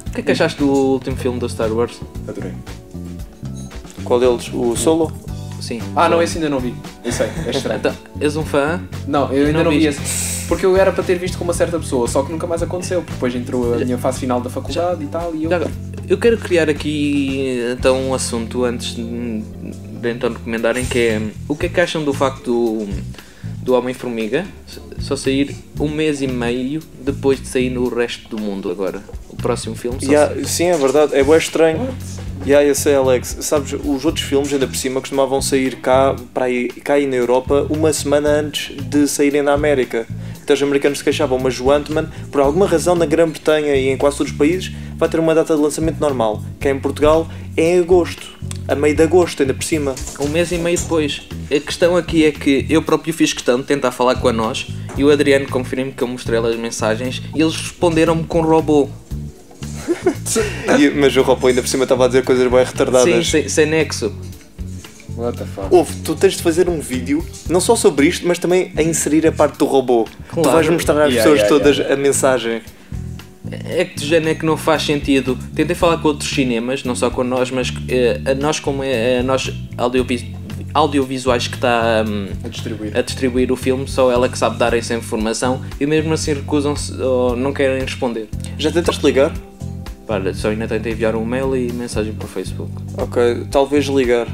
Speaker 3: O que é que achaste do último filme do Star Wars?
Speaker 2: adorei.
Speaker 1: Qual deles? O Solo?
Speaker 3: Sim.
Speaker 2: Ah, não, esse ainda não vi. Eu sei, é estranho.
Speaker 3: Então, és um fã?
Speaker 2: Não, eu ainda
Speaker 3: Não
Speaker 2: não, vi
Speaker 3: viste.
Speaker 2: esse. Porque eu era para ter visto com uma certa pessoa, só que nunca mais aconteceu. porque Depois entrou a minha fase final da faculdade e tal, e eu.
Speaker 3: Já agora, eu quero criar aqui então um assunto antes de de então recomendarem que é o que é que acham do facto do, do Homem-Formiga só sair um mês e meio depois de sair no resto do mundo agora. O próximo filme só
Speaker 1: Yeah,
Speaker 3: sai-
Speaker 1: sim, é verdade. É bem estranho. Yeah, eu sei, Alex. Sabes, os outros filmes, ainda por cima, costumavam sair cá, para aí, cá e na Europa uma semana antes de saírem na América. Então os americanos se queixavam, mas o Ant-Man, por alguma razão, na Grã-Bretanha e em quase todos os países, vai ter uma data de lançamento normal. Cá em Portugal é em agosto. A meio de agosto, ainda por cima.
Speaker 3: um mês e meio depois. A questão aqui é que eu próprio fiz questão de tentar falar com a nós e o Adriano confirma que eu mostrei lhe as mensagens e eles responderam-me com robô.
Speaker 1: E- mas o Ropo ainda por cima estava a dizer coisas bem
Speaker 3: Sim,
Speaker 1: retardadas.
Speaker 3: sem, sem nexo.
Speaker 2: What the fuck?
Speaker 1: Ouve, tu tens de fazer um vídeo, não só sobre isto, mas também a inserir a parte do robô. Tu
Speaker 3: Claro.
Speaker 1: vais mostrar às
Speaker 2: Yeah,
Speaker 1: pessoas
Speaker 2: yeah,
Speaker 1: todas
Speaker 2: yeah.
Speaker 1: a mensagem.
Speaker 3: É que de género é que não faz sentido. Tentei falar com outros cinemas, não só com nós, mas eh, a nós como é a nós audiovi- audiovisuais que está hum,
Speaker 2: A distribuir.
Speaker 3: a distribuir o filme, só ela que sabe dar essa informação e mesmo assim recusam-se ou não querem responder.
Speaker 1: Já tentaste ligar?
Speaker 3: Para, só ainda tentei enviar um mail e mensagem para o Facebook.
Speaker 1: Ok, talvez ligar.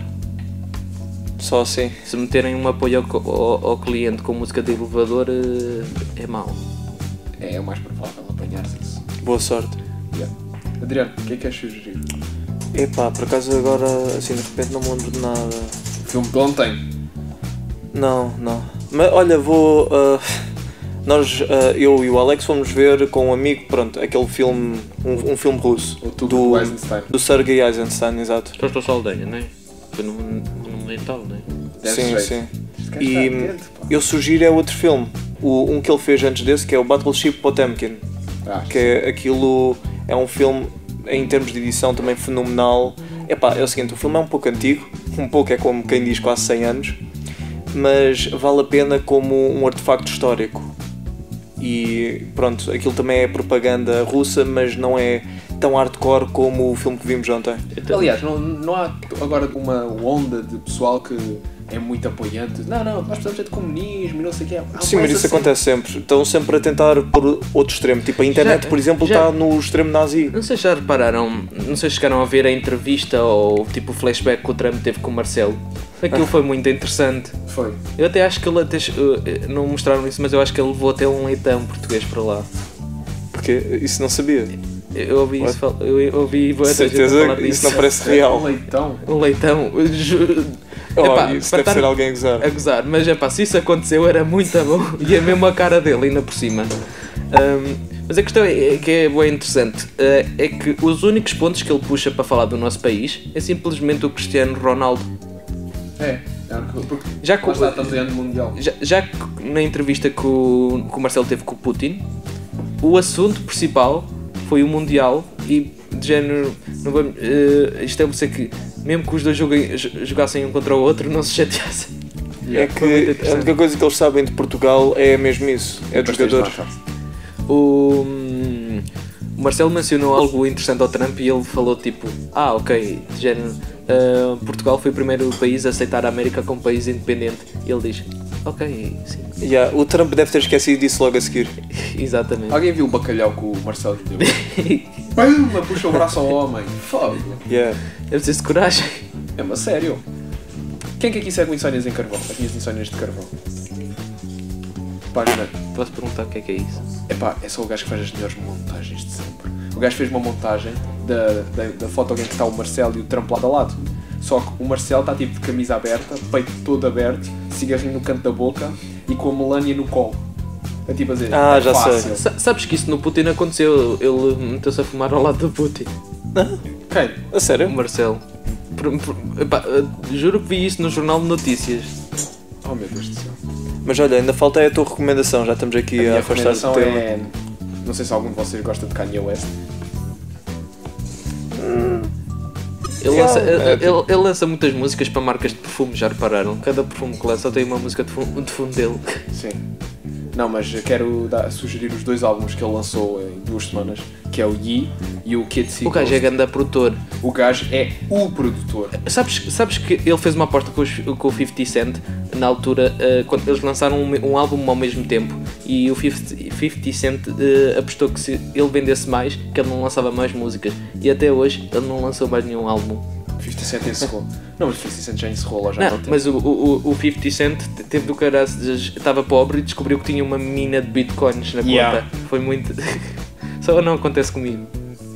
Speaker 1: Só assim.
Speaker 3: Se meterem um apoio ao, co- ao- ao cliente com música de elevador eh, é mau.
Speaker 2: É, é o mais provável apanhar-se isso.
Speaker 1: Boa sorte.
Speaker 2: Yeah. Adriano, o que é que és sugerir?
Speaker 1: Epá, por acaso agora, assim, de repente não me lembro de nada.
Speaker 2: Filme de ontem.
Speaker 1: Não, não. Mas olha, vou. ah, nós, ah, eu e o Alex, fomos ver com um amigo, pronto, aquele filme, um, um filme russo.
Speaker 2: Outubro do
Speaker 1: do,
Speaker 2: Eisenstein.
Speaker 1: do Sergei Eisenstein, exato.
Speaker 3: Só estou soldeira, não é? Foi num, num dental, não é?
Speaker 2: Desse
Speaker 1: sim,
Speaker 2: jeito.
Speaker 1: sim.
Speaker 2: Este gajo
Speaker 1: E
Speaker 2: está atento, pá.
Speaker 1: eu sugiro é outro filme. O, um que ele fez antes desse, que é o Battleship Potemkin.
Speaker 2: Ah,
Speaker 1: Que é aquilo é um filme, em termos de edição, também fenomenal. Epá, é o seguinte, o filme é um pouco antigo, um pouco é como quem diz quase 100 anos, mas vale a pena como um artefacto histórico. E pronto, aquilo também é propaganda russa, mas não é tão hardcore como o filme que vimos ontem.
Speaker 2: é- Aliás, não, não há agora uma onda de pessoal que é muito apoiante. Não, não, nós precisamos é de comunismo e não sei o que. Há
Speaker 1: Sim,
Speaker 2: mais
Speaker 1: mas isso
Speaker 2: assim.
Speaker 1: acontece sempre. Estão sempre a tentar por outro extremo. Tipo, a internet,
Speaker 3: Já-
Speaker 1: por exemplo,
Speaker 3: já-
Speaker 1: está no extremo nazi.
Speaker 3: Não sei se já repararam, não sei se chegaram a ver a entrevista ou tipo o flashback que o Trump teve com o Marcelo.
Speaker 1: Ah.
Speaker 3: Aquilo foi muito interessante.
Speaker 2: Foi.
Speaker 3: Eu até acho que ele até. eh, eh, Não mostraram isso, mas eu acho que ele levou até um leitão português para lá.
Speaker 1: Porque isso não sabia.
Speaker 3: Eu ouvi isso. fal- Eu eu ouvi.
Speaker 1: De
Speaker 3: boa gente a
Speaker 1: certeza
Speaker 3: falar
Speaker 1: que isso não
Speaker 3: disso.
Speaker 1: parece real.
Speaker 2: Um leitão.
Speaker 3: Um leitão. eu juro.
Speaker 1: Oh,
Speaker 3: Epá,
Speaker 1: isso
Speaker 3: para
Speaker 1: deve ser
Speaker 3: estar
Speaker 1: alguém a gozar.
Speaker 3: a gozar, mas é pá, se isso aconteceu era muito bom. E é a mesma cara dele, ainda por cima. Ahm, mas a questão é, é que é bem interessante eh, é que os únicos pontos que ele puxa para falar do nosso país é simplesmente o Cristiano Ronaldo.
Speaker 2: É. é a única- Porque
Speaker 3: Já que o-
Speaker 2: lá está, estamos em ano mundial.
Speaker 3: Já, já que na entrevista que o, que o Marcelo teve com o Putin, o assunto principal foi o Mundial e de género. Não vamos, eh, isto é por ser que, mesmo que os dois joguem- jo- jogassem um contra o outro, não se chateassem.
Speaker 1: É
Speaker 2: Yeah.
Speaker 3: muito
Speaker 1: que a
Speaker 3: interessante.
Speaker 1: única coisa que eles sabem de Portugal é mesmo isso. É dos
Speaker 2: Pastéis de
Speaker 1: jogadores.
Speaker 2: nata.
Speaker 3: O, hum, o Marcelo mencionou algo interessante ao Trump e ele falou tipo, ah ok, de género, ah, Portugal foi o primeiro país a aceitar a América como país independente. E ele diz, ok, sim,
Speaker 1: Yeah, o Trump deve ter esquecido disso logo a seguir.
Speaker 3: exatamente.
Speaker 2: Alguém viu o bacalhau que o Marcelo lhe deu? Pumba, puxa o braço ao homem. Fogo.
Speaker 1: Yeah.
Speaker 3: É preciso coragem.
Speaker 2: É, mas sério. Quem é que aqui segue o Insónias em Carvão? As minhas insónias de Carvão. Página.
Speaker 3: Posso perguntar o que é que é isso?
Speaker 2: Epá, é só o gajo que faz as melhores montagens de sempre. O gajo fez uma montagem da, da, da foto em que está o Marcelo e o Trump lado a lado. Só que o Marcelo está tipo de camisa aberta, peito todo aberto, cigarrinho no canto da boca e com a Melania no colo. É tipo a dizer,
Speaker 1: Ah,
Speaker 2: é
Speaker 1: já sei.
Speaker 2: fácil.
Speaker 3: Sa- sabes que isso no Putin aconteceu? Ele meteu-se a fumar ao lado do Putin.
Speaker 2: Quem?
Speaker 1: A
Speaker 3: O
Speaker 1: sério?
Speaker 3: Marcelo. Por- por- epá, eh, juro que vi isso no Jornal de Notícias.
Speaker 2: Oh meu Deus do céu.
Speaker 1: Mas olha, ainda falta é a tua recomendação. Já estamos aqui a,
Speaker 2: minha
Speaker 1: afastar do
Speaker 2: recomendação
Speaker 1: tema.
Speaker 2: é. Não sei se algum de vocês gosta de Kanye West.
Speaker 3: Ele
Speaker 1: Yeah.
Speaker 3: lança,
Speaker 2: É,
Speaker 3: ele, ele lança muitas músicas para marcas de perfume, já repararam? Cada perfume que lança tem uma música de fundo, de fundo dele.
Speaker 2: Sim. Não, mas eu quero dar- sugerir os dois álbuns que ele lançou em duas semanas, que é o Yi e o Kid Sea
Speaker 3: O gajo é
Speaker 2: Coast.
Speaker 3: grande produtor.
Speaker 2: O gajo é o produtor.
Speaker 3: Sabes, sabes que ele fez uma aposta com, os- com o 50 Cent na altura, eh, quando eles lançaram um, um álbum ao mesmo tempo e o 50, 50 Cent eh, apostou que se ele vendesse mais, que ele não lançava mais músicas. E até hoje ele não lançou mais nenhum álbum.
Speaker 2: 50 Cent encerrou. não, mas 50 Cent já encerrou lá já há
Speaker 3: Não,
Speaker 2: muito tempo.
Speaker 3: mas o, o, o 50 Cent te- teve do caraças, estava pobre e descobriu que tinha uma mina de bitcoins na conta.
Speaker 2: Yeah.
Speaker 3: Foi muito. Só não acontece comigo.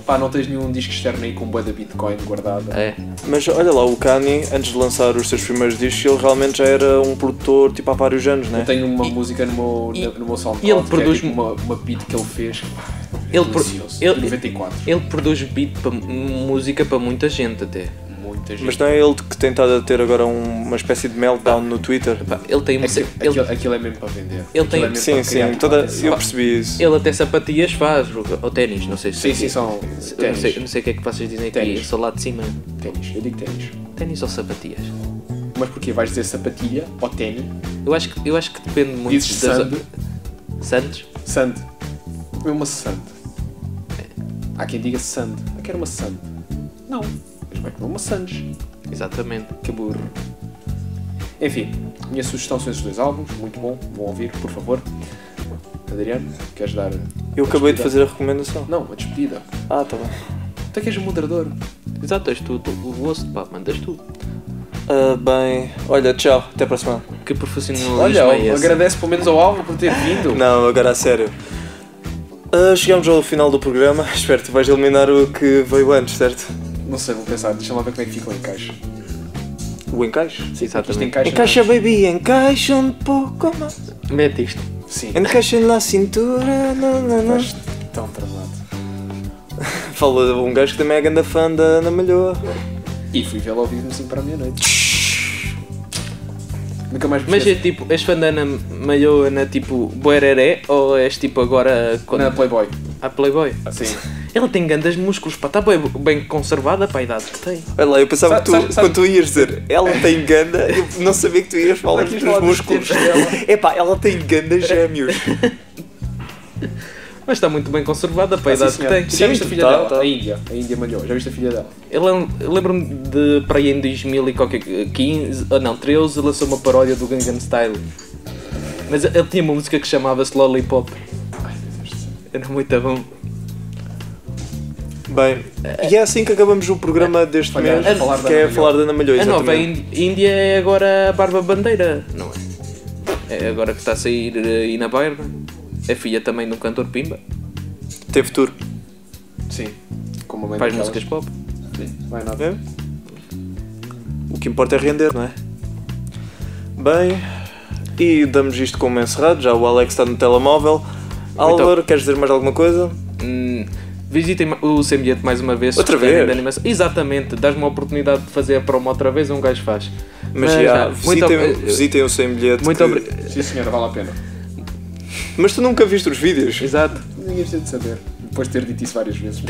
Speaker 2: Pá, não tens nenhum disco externo aí com boa da Bitcoin guardada.
Speaker 3: É.
Speaker 1: Mas olha lá, o Kanye, antes de lançar os seus primeiros discos, ele realmente já era um produtor tipo há vários anos, né?
Speaker 2: Eu tenho uma música no meu,
Speaker 3: e-
Speaker 2: no meu SoundCloud
Speaker 3: e ele
Speaker 2: que
Speaker 3: produz-
Speaker 2: é tipo uma, uma beat que ele fez.
Speaker 3: Ele pro-
Speaker 2: delicioso,
Speaker 3: ele-
Speaker 2: de 94.
Speaker 3: Ele produz beat para música para muita gente até.
Speaker 2: Muita gente.
Speaker 1: Mas não é ele que tem estado a ter agora um- uma espécie de meltdown no Twitter?
Speaker 3: Pá, ele tem
Speaker 2: É
Speaker 3: uma.
Speaker 2: que
Speaker 3: ele,
Speaker 2: aquilo, aquilo é mesmo para vender.
Speaker 3: tem-
Speaker 2: Aquilo é mesmo
Speaker 1: Sim,
Speaker 2: para criar
Speaker 1: sim, toda,
Speaker 2: atenção.
Speaker 1: eu percebi isso.
Speaker 3: ele até sapatias faz, ou, ou ténis, não sei se
Speaker 2: Sim, sim, são
Speaker 3: Eu não, sei,
Speaker 2: ténis.
Speaker 3: não sei o que é que vocês dizem aqui,
Speaker 2: Ténis.
Speaker 3: eu sou lá de cima.
Speaker 2: Ténis, eu digo ténis.
Speaker 3: Ténis ou sapatias?
Speaker 2: Mas porquê? Vais dizer sapatilha ou ténis?
Speaker 3: Eu acho que, eu acho que depende muito
Speaker 2: Dizes sand.
Speaker 3: Santos?
Speaker 2: Sand. É uma sand. Há quem diga sand. Eu quero uma sand. Não. Mas vai comer uma sandes.
Speaker 3: Exatamente.
Speaker 2: Que burro. Enfim, minha sugestão são esses dois álbuns. Muito bom. Vão ouvir, por favor. Adriano, queres dar...
Speaker 1: Eu
Speaker 2: a
Speaker 1: acabei de
Speaker 2: despedida?
Speaker 1: fazer a recomendação.
Speaker 2: Não, a despedida.
Speaker 1: Ah, tá bem.
Speaker 2: Tu é que és o moderador.
Speaker 3: Exato, és tu, tu o osso, pá, mandas tu.
Speaker 1: Ah, bem, olha, tchau, até para a semana.
Speaker 3: Que profissionalismo
Speaker 2: Olha,
Speaker 3: é esse?
Speaker 2: agradece pelo menos ao álbum por ter vindo.
Speaker 1: Não, agora a sério. Ah, chegamos ao final do programa. Espero que tu vais eliminar o que veio antes, certo?
Speaker 2: Não sei, vou pensar. Deixa lá ver como é que fica o encaixe.
Speaker 1: O encaixe.
Speaker 3: Sim,
Speaker 2: Isto
Speaker 3: exatamente.
Speaker 2: encaixa...
Speaker 1: Encaixa, baby, encaixa um pouco mais.
Speaker 3: Mete isto.
Speaker 2: Sim.
Speaker 1: Encaixa na cintura. Não, não, não.
Speaker 2: Estás tão travado.
Speaker 1: Fala de um gajo que também é grande fã da Ana Malhoa.
Speaker 2: E fui vê-lo ao vivo no 5 para a meia-noite. Nunca mais me
Speaker 3: Mas é
Speaker 2: esqueço.
Speaker 3: tipo, és fã da Ana Maiô na tipo Boereré ou és tipo agora quando...
Speaker 2: Na Playboy.
Speaker 3: a Playboy?
Speaker 2: Sim.
Speaker 3: Ela tem grandes músculos, pá, está bem, bem conservada para a idade que tem.
Speaker 1: Olha lá, eu pensava
Speaker 2: Sabe-
Speaker 1: que tu,
Speaker 2: sabe- sabe-
Speaker 1: quando tu ias dizer ela tem ganda, eu não sabia que tu ias falar
Speaker 2: Aqui
Speaker 1: dos
Speaker 2: falar
Speaker 1: teus
Speaker 2: dos
Speaker 1: músculos.
Speaker 2: tempos dela.
Speaker 1: Epá, ela tem ganda gêmeos.
Speaker 3: Mas está muito bem conservada para a
Speaker 2: Ah,
Speaker 3: idade
Speaker 2: sim,
Speaker 3: que
Speaker 2: senhora.
Speaker 3: tem.
Speaker 2: Já
Speaker 1: Sim,
Speaker 2: viste a filha
Speaker 1: tá,
Speaker 2: dela?
Speaker 1: tá.
Speaker 2: A Índia. A Índia malhou. Já viste a filha dela?
Speaker 3: Eu lem- eu um, lembro-me de para aí em 2015, ou ah, não, 13, lançou uma paródia do Gangnam Style. Mas ele tinha uma música que chamava-se Lollipop.
Speaker 2: Ai, meu Deus do céu.
Speaker 3: Era muito bom.
Speaker 1: Bem, e é assim que acabamos o programa deste
Speaker 2: É, Olha,
Speaker 1: mês,
Speaker 2: a falar da
Speaker 1: que é
Speaker 2: Ana Malhoa.
Speaker 1: falar da Ana Malhoa,
Speaker 3: A nova
Speaker 1: exatamente.
Speaker 3: Ín- Índia é agora a Barba Bandeira, não é? É agora que está a sair eh, aí na Barba. É filha também de um cantor Pimba.
Speaker 1: Teve tour.
Speaker 2: Sim. Com uma mãe
Speaker 3: Faz
Speaker 2: daquelas.
Speaker 3: músicas pop.
Speaker 2: Sim, Não é nada.
Speaker 1: É? O que importa é render, não é? Bem, e damos isto como encerrado, já o Alex está no telemóvel. Álvaro, queres dizer mais alguma coisa?
Speaker 3: Hum, visitem ma- o Sembiante mais uma vez. se
Speaker 1: Outra
Speaker 3: gostarem
Speaker 1: vez?
Speaker 3: da animação. Exatamente, dás-me uma oportunidade de fazer a promo outra vez, um gajo faz.
Speaker 1: Mas, já,
Speaker 3: ah, muito
Speaker 1: visitem,
Speaker 3: ob- eh,
Speaker 1: visitem o sem bilhete.
Speaker 3: Muito
Speaker 1: que-
Speaker 3: obrigado.
Speaker 2: Sim, senhora, vale a pena.
Speaker 1: Mas tu nunca viste os vídeos?
Speaker 3: Exato.
Speaker 2: Ninguém precisa de saber. Depois de ter dito isso várias vezes.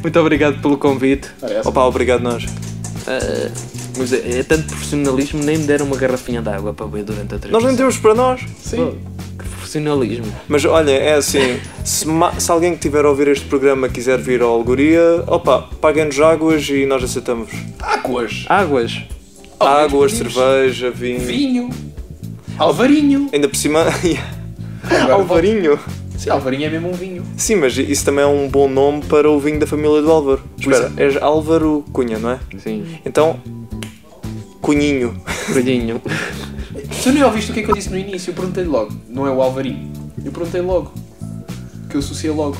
Speaker 3: Muito obrigado pelo convite.
Speaker 2: Olha, essa-
Speaker 1: Opa, obrigado nós.
Speaker 3: Ah, mas é, é tanto profissionalismo, nem me deram uma garrafinha de água para beber durante a
Speaker 1: Nós
Speaker 3: transmissão.
Speaker 1: nem temos para nós.
Speaker 2: Sim.
Speaker 3: Que profissionalismo.
Speaker 1: Mas olha, é assim, se, ma- se alguém que tiver a ouvir este programa quiser vir ao Algoria, opa, paguem-nos águas e nós aceitamos.
Speaker 2: Águas.
Speaker 3: Águas.
Speaker 1: Águas,
Speaker 2: pedimos.
Speaker 1: cerveja, vinho.
Speaker 2: Vinho. Alvarinho.
Speaker 1: Ainda por cima.
Speaker 2: Agora,
Speaker 1: Alvarinho.
Speaker 2: Sim, Alvarinho é mesmo um vinho.
Speaker 1: Sim, mas isso também é um bom nome para o vinho da família do Álvaro. Espera, és Álvaro Cunha, não é?
Speaker 3: Sim.
Speaker 1: Então. Cunhinho.
Speaker 3: Coelhinho.
Speaker 2: Tu não ouviste o que é que eu disse no início? Eu perguntei logo. Não é o Alvarinho. Eu perguntei logo. Que eu associei logo.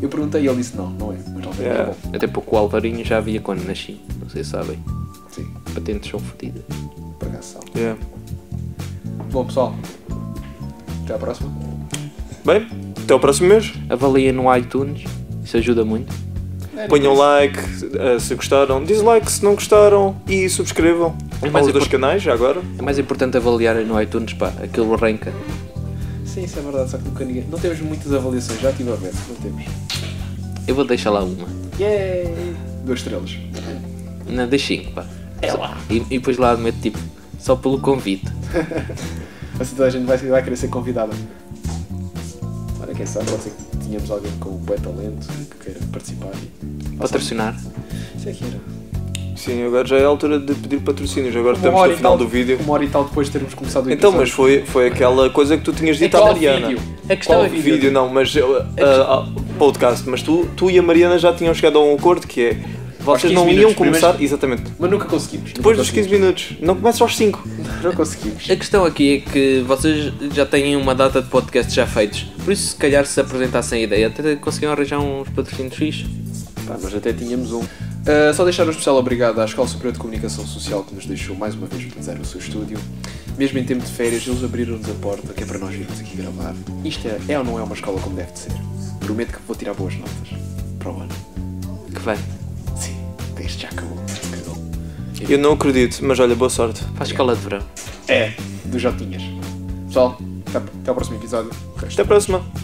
Speaker 2: Eu perguntei e ele disse não, não é. Mas Alvarinho
Speaker 1: Yeah.
Speaker 2: é bom.
Speaker 3: Até porque o Alvarinho já havia quando nasci. Não sei se sabem.
Speaker 2: Sim,
Speaker 3: Patentes são fodidas.
Speaker 2: por acaso sabe.
Speaker 1: Yeah.
Speaker 2: Bom, pessoal. Até à próxima.
Speaker 1: Bem, até ao próximo mês.
Speaker 3: Avaliem no iTunes. Isso ajuda muito.
Speaker 2: É,
Speaker 1: Ponham like eh, se gostaram, dislike se não gostaram e subscrevam
Speaker 3: É mais
Speaker 1: aos dois
Speaker 3: importante.
Speaker 1: canais já agora.
Speaker 3: É mais importante avaliarem no iTunes, pá. Aquilo arranca.
Speaker 2: Sim, isso é verdade, só que nunca ninguém. Não temos muitas avaliações, já estive a ver. Não temos.
Speaker 3: Eu vou deixar lá uma.
Speaker 2: Yay! Duas estrelas.
Speaker 3: Não, das 5, pá. É lá. E, e depois lá meto tipo, só pelo convite.
Speaker 2: Assim toda a gente vai, vai querer ser convidada. Olha, quem sabe, pode ser que tínhamos alguém com um bom talento que queira participar. e-
Speaker 3: Patrocinar.
Speaker 2: Isso é que era.
Speaker 1: Sim, agora já é a altura de pedir patrocínios. Agora
Speaker 2: Uma
Speaker 1: estamos
Speaker 2: hora
Speaker 1: no
Speaker 2: e
Speaker 1: final
Speaker 2: tal-
Speaker 1: do vídeo.
Speaker 2: Uma hora e tal depois de termos começado o
Speaker 1: Então, mas
Speaker 2: episódio.
Speaker 1: foi, foi aquela coisa que tu tinhas dito à
Speaker 3: qual
Speaker 1: tá Mariana.
Speaker 3: vídeo? A questão
Speaker 1: Qual
Speaker 3: é
Speaker 1: vídeo? não, mas uh, uh, uh, podcast. Mas tu, tu e a Mariana já tinham chegado a um acordo que é. Vocês
Speaker 2: 15
Speaker 1: não iam
Speaker 2: minutos,
Speaker 1: começar. Exatamente.
Speaker 2: Mas nunca conseguimos.
Speaker 1: Depois dos 15 minutos. Não começa aos 5.
Speaker 2: minutos. Não conseguimos.
Speaker 3: A questão aqui é que vocês já têm uma data de podcast já feitos. Por isso, se calhar, se apresentassem a ideia, até conseguiam arranjar uns patrocínios fixos.
Speaker 2: Pá, nós até tínhamos um. Ah, só deixar um especial obrigado à Escola Superior de Comunicação Social que nos deixou mais uma vez utilizar o seu estúdio. Mesmo em tempo de férias, eles abriram-nos a porta que é para nós virmos aqui gravar. Isto é, é ou não é uma escola como deve de ser? Prometo que vou tirar boas notas. Para o ano.
Speaker 3: Que vai.
Speaker 2: Sim, este já acabou. Acabou.
Speaker 1: Eu não acredito, mas olha, boa sorte.
Speaker 3: Faz escola de verão.
Speaker 2: É, do Jotinhas. Pessoal, até, até ao próximo episódio.
Speaker 1: Até a próxima.